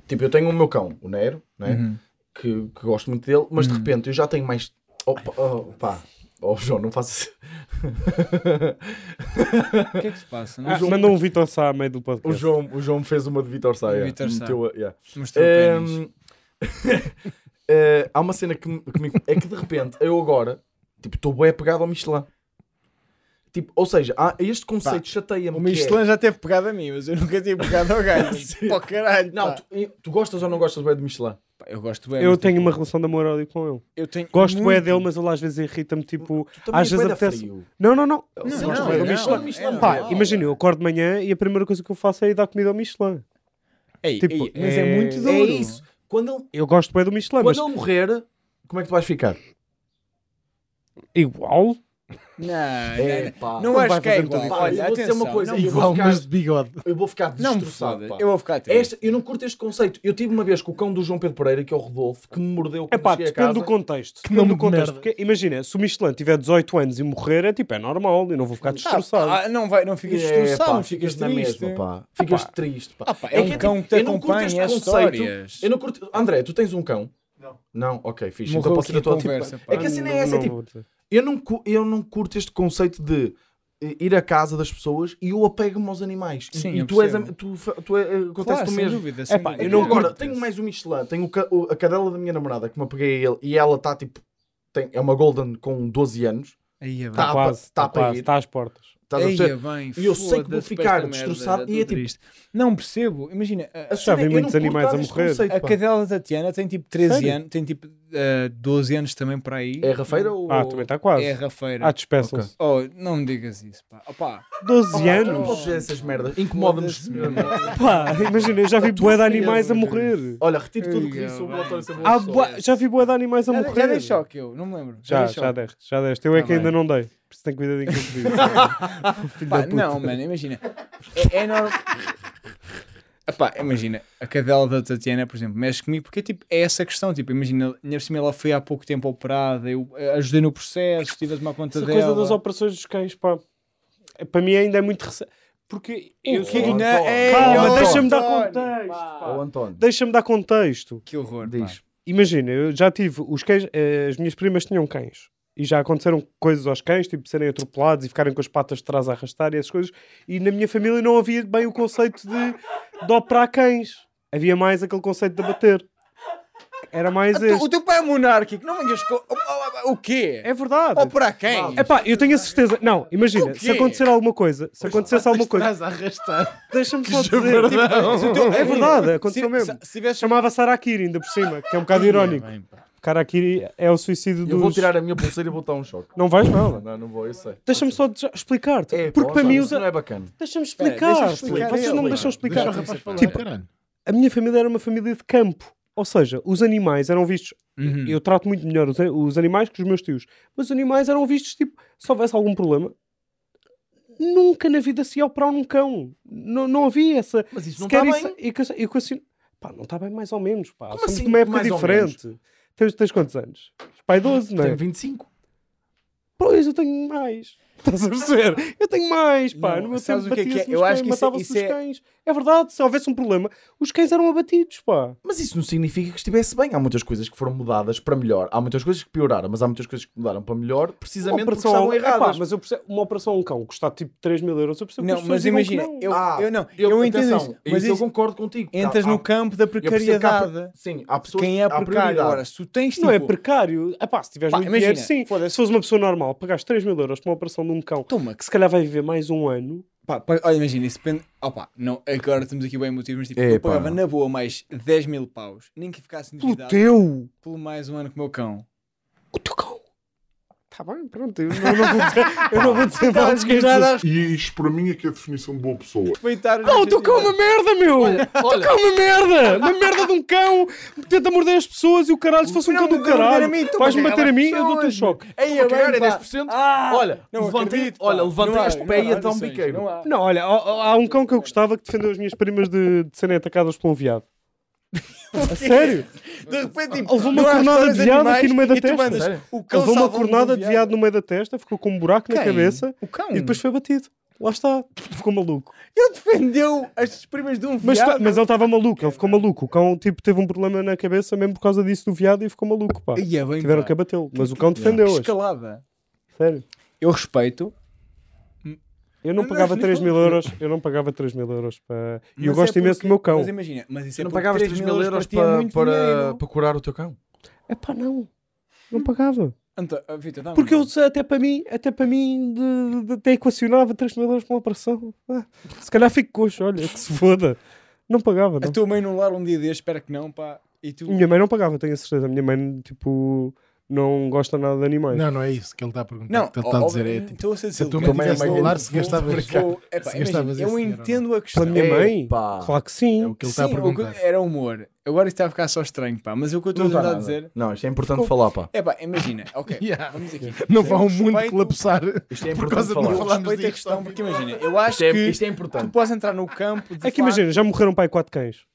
Speaker 2: Tipo, eu tenho o meu cão, o Nero, né?
Speaker 5: mano. Uhum.
Speaker 2: que, que gosto muito dele, mas de repente eu já tenho mais... Opa, oh, pá. Oh, João, não faças...
Speaker 5: O que é que se passa? Não?
Speaker 4: Ah, Manda um Vitor Sá a meio do
Speaker 2: o,
Speaker 4: podcast.
Speaker 2: João, o João fez uma de Vitor Sá.
Speaker 5: De
Speaker 2: yeah.
Speaker 5: Vítor Sá.
Speaker 2: Meteu a- é. yeah.
Speaker 5: Mostrou ehm, o pênis.
Speaker 2: Hum, eh, há uma cena que, me- que me- é que de repente eu agora tipo estou bem apegado ao Michelin. Tipo, ou seja, há este conceito chateia-me.
Speaker 5: O
Speaker 2: que é-
Speaker 5: Michelin já teve pegado a mim, mas eu nunca tive pegado ao gajo. Pô, caralho.
Speaker 2: Não,
Speaker 5: Não,
Speaker 2: tu, tu gostas ou não gostas bem do Michelin?
Speaker 5: eu gosto bem.
Speaker 4: Eu
Speaker 5: mas,
Speaker 4: tenho
Speaker 5: tipo,
Speaker 4: uma relação de amor ódio com ele.
Speaker 5: Eu tenho
Speaker 4: Gosto
Speaker 5: muito.
Speaker 4: bué dele, mas ele às vezes irrita-me, tipo...
Speaker 2: Tu também
Speaker 4: Às
Speaker 2: és bué
Speaker 4: vezes
Speaker 2: da
Speaker 4: apetece-
Speaker 2: frio.
Speaker 4: Não, não, não. Eu
Speaker 5: Não,
Speaker 4: gosto
Speaker 5: não,
Speaker 4: bué do
Speaker 5: não,
Speaker 4: Michelin.
Speaker 5: não,
Speaker 2: Michelin,
Speaker 5: não,
Speaker 4: Pá,
Speaker 5: não.
Speaker 4: imagina, eu acordo de manhã e a primeira coisa que eu faço é ir dar comida ao Michelin.
Speaker 5: Ei,
Speaker 4: tipo,
Speaker 5: ei, mas é,
Speaker 4: é-
Speaker 5: muito duro.
Speaker 2: É isso. Quando ele,
Speaker 4: Eu gosto bem do Michelin,
Speaker 2: quando
Speaker 4: mas
Speaker 2: ele morrer, como é que tu vais ficar?
Speaker 4: igual.
Speaker 5: Não,
Speaker 2: É,
Speaker 5: não,
Speaker 2: pá.
Speaker 5: não. Não
Speaker 4: Não
Speaker 5: acho
Speaker 4: vai
Speaker 5: que é
Speaker 4: fazer
Speaker 5: igual.
Speaker 4: tudo
Speaker 2: igual.
Speaker 5: Olha,
Speaker 2: Eu vou dizer
Speaker 5: atenção,
Speaker 2: uma coisa,
Speaker 5: não-
Speaker 2: eu vou
Speaker 1: Igual,
Speaker 2: ficar-
Speaker 1: mas de bigode.
Speaker 2: Eu vou ficar
Speaker 5: Não me
Speaker 2: destroçado.
Speaker 5: foda.
Speaker 2: pá.
Speaker 5: Eu vou ficar triste.
Speaker 2: Esta, eu não curto este conceito. Eu tive uma vez com o cão do João Pedro Pereira, que é o Rodolfo, que me mordeu
Speaker 4: É
Speaker 2: quando
Speaker 4: pá,
Speaker 2: cheguei a
Speaker 4: depende
Speaker 2: casa.
Speaker 4: do contexto.
Speaker 1: Que
Speaker 4: Depende
Speaker 1: nome
Speaker 4: do
Speaker 1: de
Speaker 4: contexto.
Speaker 1: merda.
Speaker 4: porque, imagina, se o Michelin tiver 18 anos e morrer, é tipo, é normal, eu não vou ficar
Speaker 2: Tá,
Speaker 4: destroçado.
Speaker 5: Ah, não, vai, não ficas destroçado,
Speaker 2: pá,
Speaker 5: não ficas triste.
Speaker 2: pá. Ficas triste, pá.
Speaker 5: Ah, pá, é um
Speaker 2: tipo,
Speaker 5: cão que te
Speaker 2: eu não curto
Speaker 5: acompanha é
Speaker 2: este
Speaker 5: as
Speaker 2: conceito.
Speaker 5: histórias.
Speaker 2: Eu não curto... André, tu tens um cão? Não. Não? Ok, fixe. Então
Speaker 5: Morreu
Speaker 2: posso ir a
Speaker 5: aqui a
Speaker 2: tua
Speaker 5: conversa,
Speaker 2: tipo,
Speaker 5: pá.
Speaker 2: É que a cena é
Speaker 4: Não-
Speaker 2: essa,
Speaker 4: não
Speaker 2: tipo,
Speaker 4: vou dizer.
Speaker 2: eu não, cu- eu não curto este conceito de eh, ir à casa das pessoas e eu apego-me aos animais. E-
Speaker 5: Sim,
Speaker 2: e
Speaker 5: eu
Speaker 2: tu és a,
Speaker 5: percebo.
Speaker 2: tu, fa- tu é, acontece
Speaker 5: Claro,
Speaker 2: tu
Speaker 5: sem
Speaker 2: mesmo.
Speaker 5: dúvida.
Speaker 4: pá,
Speaker 5: sem
Speaker 4: Ah, eu
Speaker 2: Eu
Speaker 5: dúvida.
Speaker 4: não
Speaker 2: não agora,
Speaker 5: Acontece.
Speaker 2: tenho mais o Michelin, tenho o ca- o- a cadela da minha namorada que me apeguei a ele e ela está tipo, tem, é uma Golden com 12 anos,
Speaker 5: Aí é bem.
Speaker 2: Tá,
Speaker 4: Tá quase,
Speaker 2: tá
Speaker 4: tá
Speaker 2: para
Speaker 4: quase,
Speaker 2: ir.
Speaker 4: está às portas.
Speaker 2: estás a
Speaker 5: Aí
Speaker 2: perceber?
Speaker 5: é bem.
Speaker 2: E eu sei que vou
Speaker 5: foda-se,
Speaker 2: ficar
Speaker 5: esta merda,
Speaker 2: destroçado e
Speaker 5: tô
Speaker 2: é tipo-
Speaker 5: triste. Não percebo. Imagina, a-
Speaker 2: A
Speaker 5: a,
Speaker 2: cena
Speaker 4: vi
Speaker 2: é, eu
Speaker 4: muitos
Speaker 2: não curto
Speaker 4: animais a
Speaker 2: nada deste
Speaker 4: morrer.
Speaker 2: conceito,
Speaker 5: a
Speaker 2: pá.
Speaker 5: cadela da Tiana tem tipo 13
Speaker 4: Sério?
Speaker 5: anos, tem tipo eh, 12 anos também para aí.
Speaker 2: É rafeira ou...
Speaker 4: Ah, também está quase.
Speaker 5: É rafeira.
Speaker 4: Ah, despeçam-se.
Speaker 5: Oh, não me digas isso, pá. Opa,
Speaker 4: 12
Speaker 2: Tu não
Speaker 4: anos?
Speaker 2: podes dizer essas merdas. Incomoda-me. então-
Speaker 4: Pá, imagina, eu já vi bué de animais a morrer.
Speaker 2: Olha, retiro tudo que
Speaker 5: Ei,
Speaker 2: disse sobre o
Speaker 5: bem.
Speaker 2: António Samuel
Speaker 4: Ah,
Speaker 2: Pessoa.
Speaker 4: bué- já vi bué de
Speaker 2: é
Speaker 4: animais a
Speaker 5: já,
Speaker 4: morrer.
Speaker 5: já dei choque eu, não me lembro.
Speaker 4: Já,
Speaker 5: dei
Speaker 4: já
Speaker 5: choque.
Speaker 4: deste, já deste. Eu é
Speaker 5: Tá
Speaker 4: que
Speaker 5: bem.
Speaker 4: ainda não dei. Por isso tem cuidado em que eu pedi.
Speaker 5: Pá, não, mano, imagina. É, é normal. Epá, imagina, a cadela da Tatiana, por exemplo, mexe comigo porque tipo, é essa questão. Tipo, imagina, ainda por cima ela foi há pouco tempo operada, eu eh, ajudei no processo, tive a tomar conta
Speaker 4: Essa
Speaker 5: dela.
Speaker 4: coisa das operações dos cães, pá. É, Para mim ainda é muito recente. Porque eu
Speaker 5: Que,
Speaker 4: sou-
Speaker 5: não,
Speaker 2: António.
Speaker 5: ei,
Speaker 4: é Calma,
Speaker 5: António.
Speaker 4: deixa-me dar
Speaker 5: António,
Speaker 4: contexto,
Speaker 5: pá.
Speaker 2: Ó, António.
Speaker 4: Deixa-me dar contexto.
Speaker 5: Que horror,
Speaker 2: Diz.
Speaker 5: pá.
Speaker 4: Imagina, eu já tive os cães, eh, as minhas primas tinham cães e já aconteceram coisas aos cães, tipo serem atropelados e ficarem com as patas de trás a arrastar e essas coisas. E na minha família não havia bem o conceito de, de operar cães, havia mais aquele conceito de abater. Era mais
Speaker 5: Tu- O
Speaker 4: este.
Speaker 5: teu pai é monárquico, não venhas com. o- o- O quê?
Speaker 4: É verdade.
Speaker 5: Ou para quem?
Speaker 4: É pá, eu tenho a certeza. Não, imagina,
Speaker 5: O
Speaker 4: se
Speaker 5: quê?
Speaker 4: acontecer alguma coisa, se acontecesse alguma coisa,
Speaker 1: Estás a arrastar.
Speaker 4: deixa-me só dizer. tipo, é verdade, aconteceu
Speaker 5: se,
Speaker 4: mesmo.
Speaker 5: Se, se tivesse
Speaker 4: Chamava Sarakiri ainda por cima, que é um bocado irónico. Karakiri é o suicídio
Speaker 2: Eu vou
Speaker 4: dos.
Speaker 2: tirar a minha pulseira e vou dar um choque.
Speaker 4: Não vais não.
Speaker 2: Não, não vou, eu sei.
Speaker 4: Deixa-me só de- explicar-te.
Speaker 2: É,
Speaker 4: porque
Speaker 2: pá,
Speaker 4: para mim
Speaker 2: António,
Speaker 4: os.
Speaker 2: isso não é bacana.
Speaker 4: Deixa-me explicar.
Speaker 5: Espera, deixa-me
Speaker 4: pô.
Speaker 5: explicar.
Speaker 4: Vocês não me
Speaker 5: Ele,
Speaker 4: deixam
Speaker 1: Deixa o
Speaker 4: explicar.
Speaker 1: rapaz falar,
Speaker 5: Tipo,
Speaker 1: caralho.
Speaker 4: A minha família era uma família de campo. Ou seja, os animais eram vistos.
Speaker 5: Uhum.
Speaker 4: Eu trato muito melhor os, os animais que os meus tios. Mas os animais eram vistos tipo. Se houvesse algum problema. Nunca na vida se ia operar num cão. Não, não tá havia essa.
Speaker 2: Mas isso não
Speaker 4: sequer
Speaker 2: está
Speaker 5: tá
Speaker 4: isso-
Speaker 2: bem.
Speaker 4: equaci- equaci- Pá, não está bem mais ou menos. Pá.
Speaker 2: Como
Speaker 4: Somos
Speaker 2: assim,
Speaker 4: de uma época
Speaker 2: mais ou
Speaker 4: diferente. Tens, tens quantos anos? Pai 12, não é?
Speaker 2: Tem 25.
Speaker 4: Pois, eu tenho mais. Estás a perceber? Eu tenho mais, pá.
Speaker 5: Não,
Speaker 4: no meu
Speaker 5: sabes
Speaker 4: tempo
Speaker 5: o que é que é?
Speaker 4: batia-se
Speaker 5: Eu
Speaker 4: nos
Speaker 5: acho
Speaker 4: cães,
Speaker 5: que isso é-
Speaker 4: matava-se
Speaker 5: isso
Speaker 4: os
Speaker 5: é-
Speaker 4: cães. É verdade, se houvesse um problema, os cães eram abatidos, pá.
Speaker 2: Mas isso não significa que estivesse bem. Há muitas coisas que foram mudadas para melhor. Há muitas coisas que pioraram, mas há muitas coisas que mudaram para melhor precisamente porque
Speaker 4: a
Speaker 2: estavam
Speaker 4: um- epá,
Speaker 2: erradas.
Speaker 4: mas eu percebo, uma operação a um cão custar tipo 3 mil euros, eu percebo que
Speaker 5: Não,
Speaker 4: as
Speaker 5: mas
Speaker 4: pessoas digam que
Speaker 5: imagina,
Speaker 4: não.
Speaker 5: eu,
Speaker 2: Ah,
Speaker 5: eu não, eu, entendo
Speaker 2: atenção,
Speaker 5: isso, mas
Speaker 2: eu
Speaker 5: isso
Speaker 2: concordo contigo.
Speaker 5: entras
Speaker 2: Há-
Speaker 5: no
Speaker 2: há-
Speaker 5: campo da
Speaker 2: eu percebo que há pre-
Speaker 5: precariedade.
Speaker 2: Sim, há pessoas
Speaker 5: Quem é
Speaker 2: há
Speaker 5: precário? Agora, se tu tens tipo.
Speaker 4: Não é precário. Epá, se tiveres
Speaker 5: Pá,
Speaker 4: muito dinheiro,
Speaker 5: imagina,
Speaker 4: sim. Se fores uma pessoa normal, pagares 3 mil euros para uma operação de um cão,
Speaker 5: Toma, então, que
Speaker 4: que
Speaker 5: se...
Speaker 4: se calhar vai viver mais um ano,
Speaker 5: pá, pá, olha, imagina, isso depende. Opa, não, agora estamos aqui bem emotivos, mas tipo,
Speaker 2: É,
Speaker 5: eu
Speaker 2: pá.
Speaker 5: pagava na boa mais 10 mil paus, nem que ficasse
Speaker 4: pelo
Speaker 5: endividado
Speaker 4: teu,
Speaker 5: pelo mais um ano com o meu cão.
Speaker 4: o teu cão. Tá bem, pronto, eu não, eu não vou dizer, eu não vou dizer
Speaker 5: Tá,
Speaker 4: mais que nada.
Speaker 6: E isto para mim é que é a definição de boa pessoa.
Speaker 5: Respeitar os
Speaker 4: Não, o
Speaker 5: meus
Speaker 4: teu cão é uma merda, meu! O teu cão é uma merda! Uma merda de um cão! Tenta morder as pessoas e o caralho, se fosse um cão do caralho,
Speaker 5: então,
Speaker 4: faz-me bater a mim, eu dou-te um choque.
Speaker 2: Ei, eu
Speaker 5: cagar
Speaker 2: ganhei
Speaker 5: é
Speaker 2: 10%. olha,
Speaker 5: não
Speaker 2: levantei,
Speaker 5: acredito, pá.
Speaker 2: olha,
Speaker 5: Não
Speaker 2: levantei
Speaker 5: há,
Speaker 2: este
Speaker 5: não há
Speaker 2: pé e ia dar um
Speaker 5: condições,
Speaker 2: biqueiro.
Speaker 5: não há.
Speaker 4: Não, olha, há, há um cão que eu gostava que defendeu as minhas primas de, de serem atacadas por um viado. A sério?
Speaker 5: De repente, tipo,
Speaker 4: Houve uma
Speaker 5: não há
Speaker 4: cornada de
Speaker 5: histórias
Speaker 4: viado
Speaker 5: animais
Speaker 4: aqui no meio da
Speaker 5: e tu
Speaker 4: testa.
Speaker 5: mandas,
Speaker 2: Sério?
Speaker 5: O cão
Speaker 4: Levou uma
Speaker 5: salvou-me
Speaker 4: cornada
Speaker 5: do
Speaker 4: de
Speaker 5: um viado.
Speaker 4: viado no meio da testa, ficou com um buraco na
Speaker 5: Quem? Hum.
Speaker 4: cabeça
Speaker 5: O cão.
Speaker 4: e depois foi batido. Lá está, ficou maluco.
Speaker 5: Ele defendeu as primas de um
Speaker 4: Mas, tá,
Speaker 5: viado.
Speaker 4: mas ele estava maluco, ele ficou maluco. O cão tipo, teve um problema na cabeça mesmo por causa disso do viado e ficou maluco. Pá.
Speaker 5: Ia bem,
Speaker 4: Tiveram
Speaker 5: pá.
Speaker 4: que abatê-lo, mas o cão defendeu-as.
Speaker 5: Escalada.
Speaker 4: Sério.
Speaker 5: Eu respeito.
Speaker 4: Eu não
Speaker 5: Mas
Speaker 4: pagava
Speaker 5: nós
Speaker 4: 3 mil
Speaker 5: levamos-
Speaker 4: euros, eu não pagava 3 mil euros para. E eu
Speaker 5: mas
Speaker 4: gosto
Speaker 5: é
Speaker 4: imenso
Speaker 5: porque-
Speaker 4: do meu cão.
Speaker 5: Mas imagina, mas isso
Speaker 2: Tu
Speaker 5: é
Speaker 2: não
Speaker 5: porque
Speaker 2: pagavas
Speaker 5: 3
Speaker 2: 3 mil euros
Speaker 5: ti é
Speaker 2: para,
Speaker 5: muito
Speaker 2: para,
Speaker 5: dinheiro.
Speaker 2: para curar o teu cão?
Speaker 4: É pá, não. Não pagava.
Speaker 5: Então, ah, Vitor, dá-me
Speaker 4: Porque
Speaker 5: um.
Speaker 4: eu sei, até para mim, até para mim, de, de- até equacionava 3 mil euros para uma operação. Ah, se calhar fico coxo, olha, que se foda. Não pagava,
Speaker 5: A
Speaker 4: não.
Speaker 5: tua mãe no lar um dia deste, espero que não, pá. E tu.
Speaker 4: Minha mãe não pagava, tenho a certeza. Minha mãe, tipo, não gosta nada de animais.
Speaker 1: Não, não é isso que ele está a perguntar.
Speaker 5: Não,
Speaker 1: o que ele está a
Speaker 5: ó,
Speaker 1: dizer é
Speaker 5: ó,
Speaker 1: tipo,
Speaker 5: estou a ser
Speaker 1: se a tua
Speaker 5: sincero,
Speaker 1: mãe
Speaker 5: tivesse
Speaker 1: é
Speaker 5: um
Speaker 1: maior,
Speaker 5: vou-
Speaker 1: se gastavas-
Speaker 5: vou- Epá,
Speaker 1: se
Speaker 5: imagina,
Speaker 1: gastavas esse
Speaker 5: Eu
Speaker 1: dinheiro ou não.
Speaker 5: entendo a questão.
Speaker 4: Para a minha mãe?
Speaker 2: Epá.
Speaker 4: Claro que
Speaker 1: é
Speaker 4: sim.
Speaker 1: o que ele está a
Speaker 5: Sim, o que-
Speaker 1: perguntar.
Speaker 5: era humor. Agora isto está a ficar só estranho, pá. Mas é o que eu estou a
Speaker 2: está
Speaker 5: tentar
Speaker 2: nada.
Speaker 5: dizer.
Speaker 2: Não, isto é importante falar, pá.
Speaker 5: É pá, imagina, ok,
Speaker 1: Yeah.
Speaker 5: vamos aqui.
Speaker 1: Não vá o mundo
Speaker 5: Respeito-
Speaker 1: colapsar
Speaker 2: Isto é
Speaker 1: por
Speaker 2: importante
Speaker 1: causa de
Speaker 2: falar.
Speaker 1: não
Speaker 5: Eu
Speaker 1: falarmos
Speaker 5: respeito a
Speaker 1: disto.
Speaker 5: questão, porque imagina, eu acho
Speaker 2: Isto é,
Speaker 5: que
Speaker 2: isto é
Speaker 5: tu
Speaker 2: importante.
Speaker 5: podes entrar no campo. de
Speaker 4: É que
Speaker 5: facto-
Speaker 4: imagina, já morreram pai quatro cães.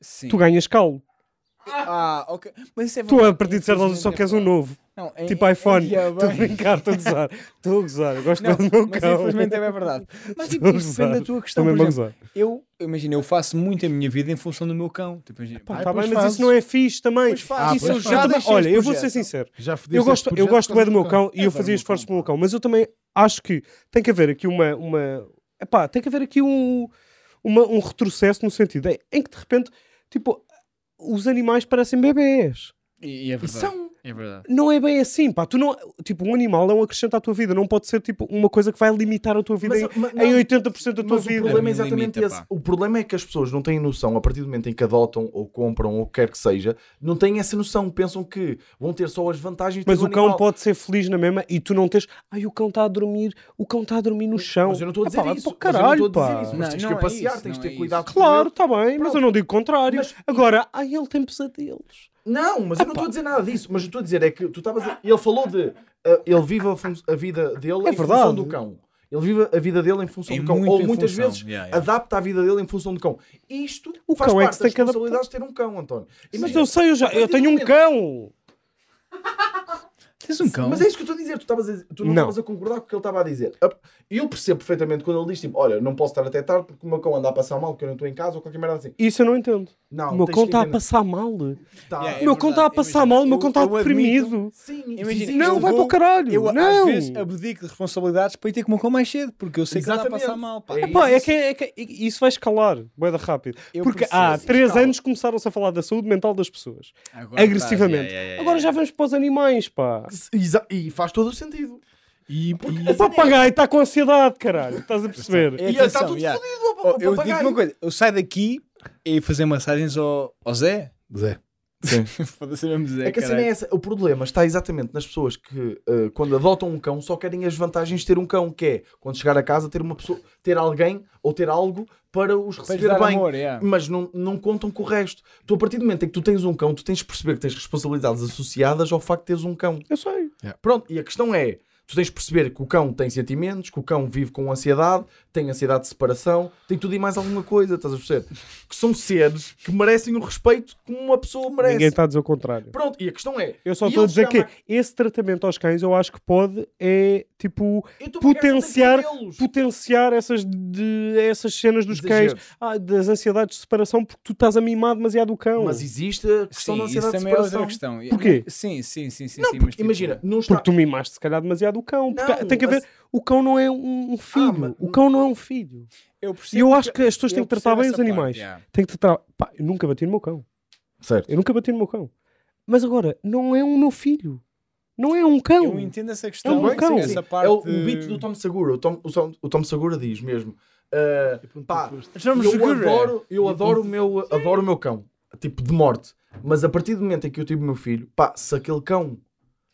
Speaker 5: Sim.
Speaker 4: Tu ganhas calo.
Speaker 5: Ah, ok. Mas isso é
Speaker 4: Tu a
Speaker 5: verdade.
Speaker 4: partir de certa altura só
Speaker 5: Infelizmente,
Speaker 4: queres
Speaker 5: é
Speaker 4: um novo.
Speaker 5: Não, é-
Speaker 4: tipo
Speaker 5: é-
Speaker 4: iPhone.
Speaker 5: é- é
Speaker 4: Estou a
Speaker 5: bem.
Speaker 4: brincar, estou a gozar. Estou a gozar, eu gosto
Speaker 5: Não,
Speaker 4: mesmo do meu
Speaker 5: mas
Speaker 4: cão.
Speaker 5: infelizmente é bem verdade. Mas tipo,
Speaker 4: Estou a
Speaker 5: isso depende da
Speaker 4: gozar.
Speaker 5: tua questão.
Speaker 4: Também
Speaker 5: Por
Speaker 4: vou
Speaker 5: exemplo,
Speaker 4: gozar.
Speaker 5: eu, imagina, eu faço muito a minha vida em função do meu cão. Tipo, imagina,
Speaker 4: Pá,
Speaker 5: pá,
Speaker 4: tá
Speaker 1: pois
Speaker 4: bem, mas
Speaker 1: fazes.
Speaker 4: isso não é fixe também.
Speaker 5: Pois Ah, fazes.
Speaker 1: Isso
Speaker 4: Isso
Speaker 1: eu
Speaker 4: eu
Speaker 1: já
Speaker 4: também-
Speaker 5: deixei
Speaker 4: Olha,
Speaker 5: este
Speaker 4: eu vou
Speaker 5: projeto.
Speaker 4: ser sincero.
Speaker 1: Já fodeste
Speaker 4: Eu gosto,
Speaker 1: este
Speaker 4: eu
Speaker 1: projeto
Speaker 4: gosto
Speaker 1: por
Speaker 4: bem
Speaker 1: causa
Speaker 4: do meu cão e
Speaker 5: É,
Speaker 4: eu
Speaker 5: vai,
Speaker 4: fazia
Speaker 5: meu
Speaker 4: esforços
Speaker 5: cão,
Speaker 4: pelo meu cão, mas eu também acho que tem que haver aqui uma. uma epá, tem que haver aqui um, uma- um retrocesso no sentido em, em que de repente, tipo, os animais parecem bebés.
Speaker 5: E, e é
Speaker 4: E
Speaker 5: verdade.
Speaker 4: são.
Speaker 5: É verdade.
Speaker 4: Não é bem assim, pá. Tu não, tipo, um animal é um acrescento à tua vida, não pode ser tipo uma coisa que vai limitar a tua vida em,
Speaker 2: mas-
Speaker 4: em
Speaker 2: não,
Speaker 4: 80% da tua
Speaker 2: Mas o
Speaker 4: vida.
Speaker 5: Para
Speaker 2: problema
Speaker 5: mim
Speaker 2: é exatamente
Speaker 5: limita,
Speaker 2: esse.
Speaker 5: pá.
Speaker 2: O problema é que as pessoas não têm noção, a partir do momento em que adotam ou compram ou o que quer que seja, não têm essa noção. Pensam que vão ter só as vantagens de
Speaker 4: Mas
Speaker 2: ter um
Speaker 4: o cão
Speaker 2: animal.
Speaker 4: pode ser feliz na mesma e tu não tens. Ai, o cão está a dormir, o cão está a dormir no chão.
Speaker 2: Mas eu não estou a dizer
Speaker 4: Epá, vai
Speaker 2: isso.
Speaker 4: para
Speaker 2: mas
Speaker 4: o
Speaker 2: eu não
Speaker 4: É Caralho,
Speaker 2: estou a dizer
Speaker 4: pá.
Speaker 2: isso.
Speaker 5: Não,
Speaker 2: Mas tens
Speaker 5: não
Speaker 2: que
Speaker 5: é
Speaker 2: o passear,
Speaker 5: isso,
Speaker 2: tens de
Speaker 5: não
Speaker 2: ter
Speaker 5: é
Speaker 2: cuidado com
Speaker 4: Claro, está bem, mas eu não digo o contrário.
Speaker 2: Mas-
Speaker 4: Agora, ai, ele tem pesadelos.
Speaker 2: ele. Não,
Speaker 4: É
Speaker 2: mas eu não estou a dizer nada disso. Mas eu estou a dizer é que tu estavas. A... Ele falou de. ah, ele vive a, fun- a vida dele
Speaker 4: É
Speaker 2: em
Speaker 4: verdade.
Speaker 2: função do cão. Ele vive a vida dele em função
Speaker 5: É
Speaker 2: do cão.
Speaker 5: muito
Speaker 2: Ou
Speaker 5: em
Speaker 2: muitas
Speaker 5: função,
Speaker 2: vezes
Speaker 5: yeah, yeah.
Speaker 2: adapta a vida dele em função do cão. Isto
Speaker 4: O
Speaker 2: faz
Speaker 4: cão é que
Speaker 2: parte
Speaker 4: se
Speaker 2: das
Speaker 4: tem que adaptar.
Speaker 2: responsabilidades de ter um cão, António.
Speaker 4: Mas
Speaker 2: Imagina,
Speaker 4: eu sei, eu, já, eu tenho um cão.
Speaker 5: Tens um cão.
Speaker 2: Mas é isso que eu estou a dizer, tu, estavas a- tu não
Speaker 4: Não.
Speaker 2: estavas a concordar com o que ele estava a dizer. Eu percebo perfeitamente quando ele diz tipo: Olha, não posso estar até tarde porque o meu cão anda a passar mal, porque eu não estou em casa ou qualquer merda assim.
Speaker 4: Isso eu não entendo.
Speaker 2: Não,
Speaker 4: o meu
Speaker 2: tens
Speaker 4: cão
Speaker 2: que
Speaker 4: está a
Speaker 2: entender.
Speaker 4: passar mal. O
Speaker 2: Tá.
Speaker 5: Yeah, É
Speaker 4: meu cão está a
Speaker 5: verdade,
Speaker 4: passar
Speaker 5: imagina,
Speaker 4: mal, o meu
Speaker 5: eu-
Speaker 4: cão está
Speaker 5: eu admito-
Speaker 4: deprimido.
Speaker 2: Sim,
Speaker 5: assim, Imagina,
Speaker 2: sim,
Speaker 4: Não,
Speaker 5: eu
Speaker 4: vai
Speaker 5: vou-
Speaker 4: para o caralho.
Speaker 5: Eu
Speaker 4: não.
Speaker 5: às vezes abdico de responsabilidades para ir ter com o meu cão mais cedo, porque eu sei que ele
Speaker 2: Exatamente.
Speaker 5: está a passar mal. Pá.
Speaker 2: É
Speaker 4: Pá, é que, é que isso vai escalar, boeda rápido.
Speaker 5: Eu
Speaker 4: Porque
Speaker 5: percebo,
Speaker 4: há
Speaker 5: sim,
Speaker 4: três
Speaker 5: escala.
Speaker 4: anos começaram-se a falar da saúde mental das pessoas.
Speaker 5: Agora tá,
Speaker 4: agressivamente.
Speaker 5: yeah, yeah, yeah,
Speaker 4: Agora já
Speaker 5: yeah.
Speaker 4: vamos para os animais, pá.
Speaker 2: Exa- E faz todo o sentido.
Speaker 1: E, e-
Speaker 4: O papagaio está tá com ansiedade, caralho. Estás a perceber?
Speaker 5: É,
Speaker 2: E está
Speaker 5: atenção,
Speaker 2: tudo
Speaker 5: yeah.
Speaker 2: fodido. o-
Speaker 5: Oh,
Speaker 2: o
Speaker 5: eu digo
Speaker 2: papagaio.
Speaker 5: uma coisa, eu saio daqui e fazer massagens ao, ao Zé.
Speaker 1: Zé.
Speaker 5: Foda-se mesmo Zé.
Speaker 2: É que a cena
Speaker 5: caralho.
Speaker 2: é essa. O problema está exatamente nas pessoas que, eh, quando adotam um cão, só querem as vantagens de ter um cão, que é quando chegar a casa, ter uma pessoa, ter alguém ou ter algo para os
Speaker 5: Para lhes
Speaker 2: receber
Speaker 5: dar
Speaker 2: bem.
Speaker 5: amor, é. yeah.
Speaker 2: mas não, não contam com o resto. Tu, a partir do momento em que tu tens um cão, tu tens de perceber que tens responsabilidades associadas ao facto de teres um cão.
Speaker 4: Eu sei.
Speaker 2: Pronto, e a questão é: tu tens de perceber que o cão tem sentimentos, que o cão vive com ansiedade, tem ansiedade de separação, tem tudo e mais alguma coisa, estás a perceber? Que são seres que merecem o respeito como uma pessoa merece.
Speaker 4: Ninguém está a dizer o contrário.
Speaker 2: Pronto, e a questão é.
Speaker 4: Eu só
Speaker 2: e
Speaker 4: estou a
Speaker 2: eles
Speaker 4: dizer que
Speaker 2: chamam-
Speaker 4: esse tratamento aos cães eu acho que pode é tipo
Speaker 2: Eu estou a brincar,
Speaker 4: potenciar,
Speaker 2: só tem que fazê-los.
Speaker 4: potenciar essas, de, essas cenas dos cães,
Speaker 2: Exageros.
Speaker 4: ah, das ansiedades de separação, porque tu estás a mimar demasiado o cão.
Speaker 2: Mas existe a questão da
Speaker 5: Sim, isso
Speaker 2: ansiedade de
Speaker 5: também é
Speaker 2: separação.
Speaker 5: outra questão.
Speaker 4: Porquê?
Speaker 5: Sim, sim, sim, sim.
Speaker 2: não,
Speaker 5: sim, mas,
Speaker 2: porque
Speaker 5: tipo,
Speaker 2: imagina, não está.
Speaker 4: Porque tu mimaste se calhar demasiado o cão. Porque
Speaker 2: Não,
Speaker 4: tem que haver.
Speaker 2: mas-
Speaker 4: O cão não é um, um filho.
Speaker 2: mas-
Speaker 4: O cão não é um filho.
Speaker 5: Eu
Speaker 4: E
Speaker 5: percebo
Speaker 4: eu
Speaker 5: que-
Speaker 4: acho que as pessoas têm
Speaker 5: eu
Speaker 4: que tratar
Speaker 5: percebo
Speaker 4: bem
Speaker 5: essa
Speaker 4: os animais.
Speaker 5: parte, yeah.
Speaker 4: Tem que tratar. Pá, eu nunca bati no meu cão.
Speaker 2: Certo.
Speaker 4: Eu nunca bati no meu cão. Mas agora, não é um meu filho. Não é um cão.
Speaker 5: Eu entendo essa questão.
Speaker 4: um
Speaker 5: sim,
Speaker 4: cão.
Speaker 5: essa
Speaker 2: Sim,
Speaker 5: parte...
Speaker 2: É o, o beat do Tom Segura. O Tom, o Tom, o Tom Segura diz mesmo: ah, pá,
Speaker 5: Tom
Speaker 2: eu
Speaker 5: Segura.
Speaker 2: adoro, eu adoro, o meu, adoro o meu cão, tipo de morte. Mas a partir do momento em que eu tive o meu filho, pá, se aquele cão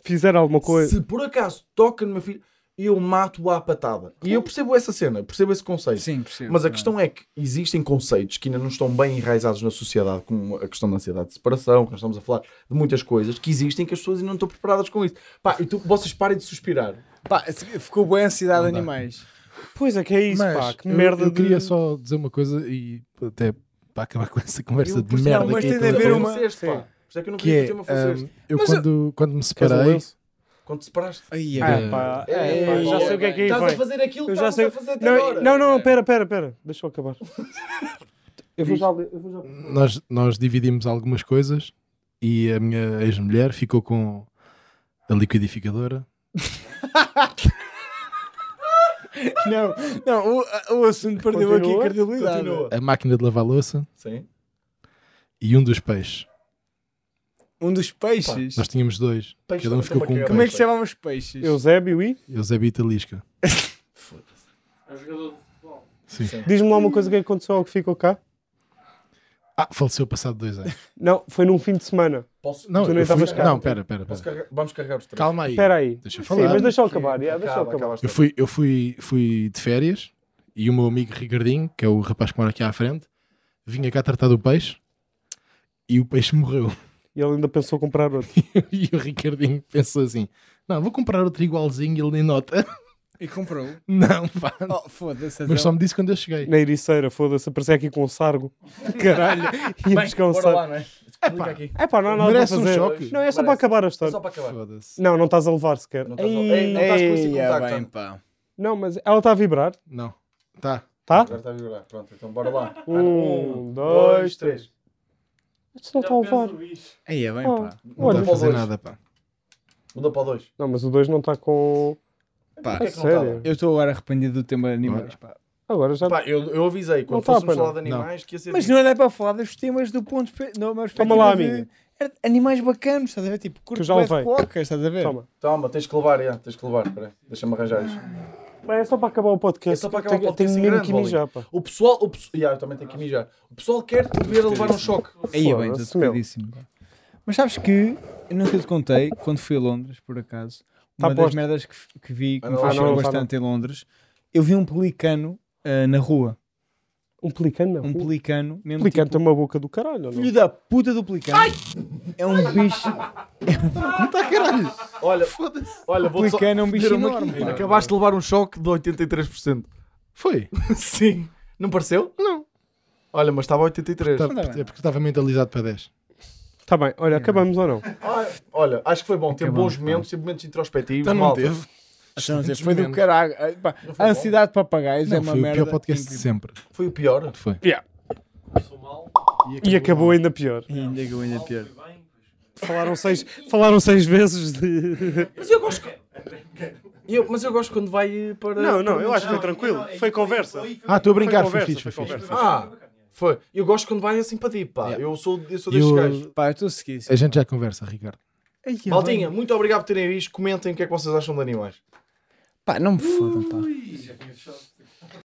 Speaker 4: fizer alguma coisa.
Speaker 2: Se por acaso toca no meu filho, eu mato-a à patada. E eu percebo essa cena, percebo esse conceito.
Speaker 5: Sim, percebo.
Speaker 2: Mas a
Speaker 5: Não.
Speaker 2: questão é que existem conceitos que ainda não estão bem enraizados na sociedade, como a questão da ansiedade de separação, que nós estamos a falar de muitas coisas que existem que as pessoas ainda não estão preparadas com isso. Pá, e tu, vocês parem de suspirar.
Speaker 5: Pá, ficou boa a ansiedade de animais.
Speaker 4: Pois é, que é isso, pá. Que
Speaker 1: eu,
Speaker 4: merda
Speaker 1: eu queria
Speaker 4: de...
Speaker 1: só dizer uma coisa e até para acabar com essa conversa
Speaker 2: Eu,
Speaker 1: de
Speaker 2: por isso,
Speaker 1: merda
Speaker 5: não, mas
Speaker 1: que é
Speaker 5: tem de
Speaker 1: toda
Speaker 5: haver um
Speaker 1: a
Speaker 2: Foi
Speaker 5: uma-
Speaker 1: conversa,
Speaker 2: vocês,
Speaker 4: Sim.
Speaker 2: pá. Por isso é que eu não
Speaker 1: que
Speaker 2: queria
Speaker 1: é,
Speaker 2: que o tema fosse este.
Speaker 1: hum, eu
Speaker 5: Mas eu-
Speaker 1: quando, quando me
Speaker 4: Queres um
Speaker 1: separei,
Speaker 4: lenço?
Speaker 2: Quando te separaste.
Speaker 5: Aí,
Speaker 4: Ah,
Speaker 1: É.
Speaker 4: pá.
Speaker 2: É,
Speaker 4: é,
Speaker 2: pá,
Speaker 4: já sei
Speaker 2: olha,
Speaker 4: o que é que aí
Speaker 2: Estás
Speaker 4: vem.
Speaker 2: a fazer aquilo que
Speaker 4: Eu já
Speaker 2: estás
Speaker 4: sei.
Speaker 2: a fazer até
Speaker 4: Não,
Speaker 2: agora.
Speaker 4: não, não, pera, pera, pera. Deixa eu acabar. É. Eu vou já ler.
Speaker 1: nós, nós dividimos algumas coisas e a minha ex-mulher ficou com a liquidificadora.
Speaker 5: Não, não, o, o assunto perdeu
Speaker 4: Continua?
Speaker 5: aqui a credibilidade.
Speaker 2: Continua.
Speaker 1: A máquina de lavar louça
Speaker 2: Sim.
Speaker 1: e um dos peixes.
Speaker 5: Um dos peixes.
Speaker 1: Nós tínhamos dois.
Speaker 2: Peixe
Speaker 1: Cada um
Speaker 2: também
Speaker 1: ficou
Speaker 2: tem
Speaker 1: com um
Speaker 2: uma
Speaker 5: Como é que
Speaker 1: peixe.
Speaker 5: se chamam os peixes?
Speaker 4: Eusébio e?
Speaker 1: Eusébio Italisca. Sim.
Speaker 4: Diz-me lá uma coisa que aconteceu ao que ficou cá.
Speaker 1: Ah, faleceu passado dois anos.
Speaker 4: Não, foi num fim de semana.
Speaker 2: Posso,
Speaker 1: Não,
Speaker 4: Tu nem
Speaker 1: eu fui...
Speaker 4: estavas cá.
Speaker 1: não pera, pera,
Speaker 2: posso
Speaker 1: pera.
Speaker 2: carregar- vamos carregar os três.
Speaker 1: Calma aí.
Speaker 4: Espera aí.
Speaker 1: Deixa eu
Speaker 4: Sim,
Speaker 1: falar.
Speaker 4: mas deixa eu acabar. já, deixa eu
Speaker 2: Acaba,
Speaker 4: acabar.
Speaker 2: acaba
Speaker 1: Eu fui, eu fui, fui de férias e o meu amigo Ricardinho, que é o rapaz que mora aqui à frente, vinha cá tratar do peixe e o peixe morreu.
Speaker 4: E ele ainda pensou comprar outro.
Speaker 1: E o Ricardinho pensou assim: não, vou comprar outro igualzinho e ele nem nota.
Speaker 5: E comprou.
Speaker 1: Não, pá.
Speaker 5: Oh, foda-se.
Speaker 1: Mas só me disse quando eu cheguei.
Speaker 4: Na ericeira, foda-se. Aparecia aqui com um sargo. Caralho. Ia buscar um
Speaker 2: Bora lá,
Speaker 4: sargo.
Speaker 2: não é? Clica aqui.
Speaker 4: É pá, não há nada
Speaker 1: Merece
Speaker 4: para
Speaker 1: um
Speaker 4: fazer.
Speaker 1: choque.
Speaker 4: Não, é só
Speaker 2: Merece.
Speaker 4: para acabar a
Speaker 2: É
Speaker 4: história.
Speaker 2: só para acabar.
Speaker 1: Foda-se.
Speaker 4: Não, não estás a levar sequer.
Speaker 2: Não estás a-
Speaker 4: Ei,
Speaker 2: Ei, não estás com esse
Speaker 5: Ei, ah,
Speaker 2: contacto.
Speaker 5: bem, pá.
Speaker 4: Não, mas ela está a vibrar,
Speaker 1: Não. Tá.
Speaker 4: tá?
Speaker 2: Agora está a vibrar. Pronto, então bora lá.
Speaker 4: Um, dois,
Speaker 2: três.
Speaker 4: Isto não está a levar.
Speaker 5: Aí, é bem,
Speaker 4: Oh.
Speaker 5: pá.
Speaker 1: Não está
Speaker 4: Olha.
Speaker 1: a fazer
Speaker 2: Dois.
Speaker 1: nada, pá.
Speaker 2: Muda para o dois.
Speaker 4: Não, mas o dois não está com.
Speaker 5: Pá,
Speaker 2: Porquê que não está
Speaker 4: sério?
Speaker 2: lá?
Speaker 5: Eu estou agora arrependido do tema de animais, pá.
Speaker 4: Agora já.
Speaker 2: Pá, eu, eu avisei, quando
Speaker 4: está,
Speaker 2: fôssemos
Speaker 4: pá, não.
Speaker 2: falar de animais, que ia ser.
Speaker 5: Mas não era para falar dos temas do ponto. pe- Não, mas
Speaker 4: Toma lá,
Speaker 5: perspectiva
Speaker 4: amigo.
Speaker 5: era de Er-, Animais bacanos, estás a ver? Tipo, curto
Speaker 4: já
Speaker 5: bué de
Speaker 4: levei.
Speaker 5: cocas, estás a ver?
Speaker 4: Toma.
Speaker 2: Toma, tens que levar, já, tens que levar. Espera aí, deixa-me arranjar isto.
Speaker 4: Bem, é só para acabar o podcast.
Speaker 2: É só para acabar
Speaker 4: Tenho-
Speaker 2: o podcast
Speaker 4: Tenho
Speaker 2: em
Speaker 4: mesmo
Speaker 2: grande,
Speaker 4: que mijar, pá.
Speaker 2: O pessoal. O pessoal eu também tenho que mijar. O pessoal quer te ver a levar um choque.
Speaker 5: Aí, é bem,
Speaker 4: Foda-se,
Speaker 5: estou tocadíssimo. pá. Mas sabes que, eu não sei te contei, quando fui a Londres, por acaso,
Speaker 4: Tá
Speaker 5: uma das
Speaker 4: posto.
Speaker 5: merdas que, f- que vi, que
Speaker 2: Ah,
Speaker 5: me
Speaker 2: não,
Speaker 5: faz
Speaker 4: ah, não,
Speaker 5: chorar
Speaker 4: não, tá
Speaker 5: bastante em Londres, eu vi um pelicano ah, na rua.
Speaker 4: Um pelicano, não.
Speaker 5: Um pelicano,
Speaker 4: Um
Speaker 5: mesmo
Speaker 4: pelicano
Speaker 5: tipo,
Speaker 4: tem uma boca do caralho, não?
Speaker 5: Filho da puta do pelicano. É um bicho. É um
Speaker 2: Olha, olha vou só.
Speaker 5: Pelicano é um bicho
Speaker 2: Meteram-me
Speaker 5: enorme.
Speaker 2: aqui.
Speaker 5: pá.
Speaker 2: Acabaste de levar um choque de 83%.
Speaker 1: Foi.
Speaker 2: Sim. Não pareceu? Não. Olha, mas estava a 83.
Speaker 1: Tá- É porque estava mentalizado para 10.
Speaker 4: Tá bem, olha, acabamos ou não?
Speaker 2: Ah, olha, acho que foi bom. Teve
Speaker 5: Acabamos,
Speaker 2: bons momentos, teve momentos introspectivos.
Speaker 1: Então não
Speaker 2: malta.
Speaker 1: teve.
Speaker 5: Então, quer dizer, foi do caralho. Ah, pá, A ansiedade de papagaios é
Speaker 1: Não,
Speaker 5: uma
Speaker 1: foi o
Speaker 5: merda.
Speaker 1: pior podcast de
Speaker 5: incrível.
Speaker 1: sempre.
Speaker 2: Foi o pior.
Speaker 1: Foi.
Speaker 4: E acabou ainda pior.
Speaker 2: Hum.
Speaker 5: Ainda que eu ainda é pior.
Speaker 4: Falaram seis, falaram seis vezes de.
Speaker 2: Mas eu gosto. Eu- mas eu gosto quando vai eh, para.
Speaker 4: Não, não, eu acho que foi tranquilo. Foi conversa.
Speaker 1: Ah, estou a brincar,
Speaker 4: Foi
Speaker 1: foi,
Speaker 4: conversa,
Speaker 1: fixe,
Speaker 4: foi
Speaker 1: foi fixe.
Speaker 4: conversa.
Speaker 2: Ah, foi. Eu gosto quando vai assim para deep, pá. Eu sou, eu sou
Speaker 1: E
Speaker 2: destes
Speaker 1: o-
Speaker 2: gajos.
Speaker 5: Pá, eu estou a seguir.
Speaker 1: A gente já conversa, Ricardo.
Speaker 2: Maldinha, muito obrigado por terem visto. Comentem o que é que vocês acham de animais.
Speaker 5: Pá, não me fodam, pá.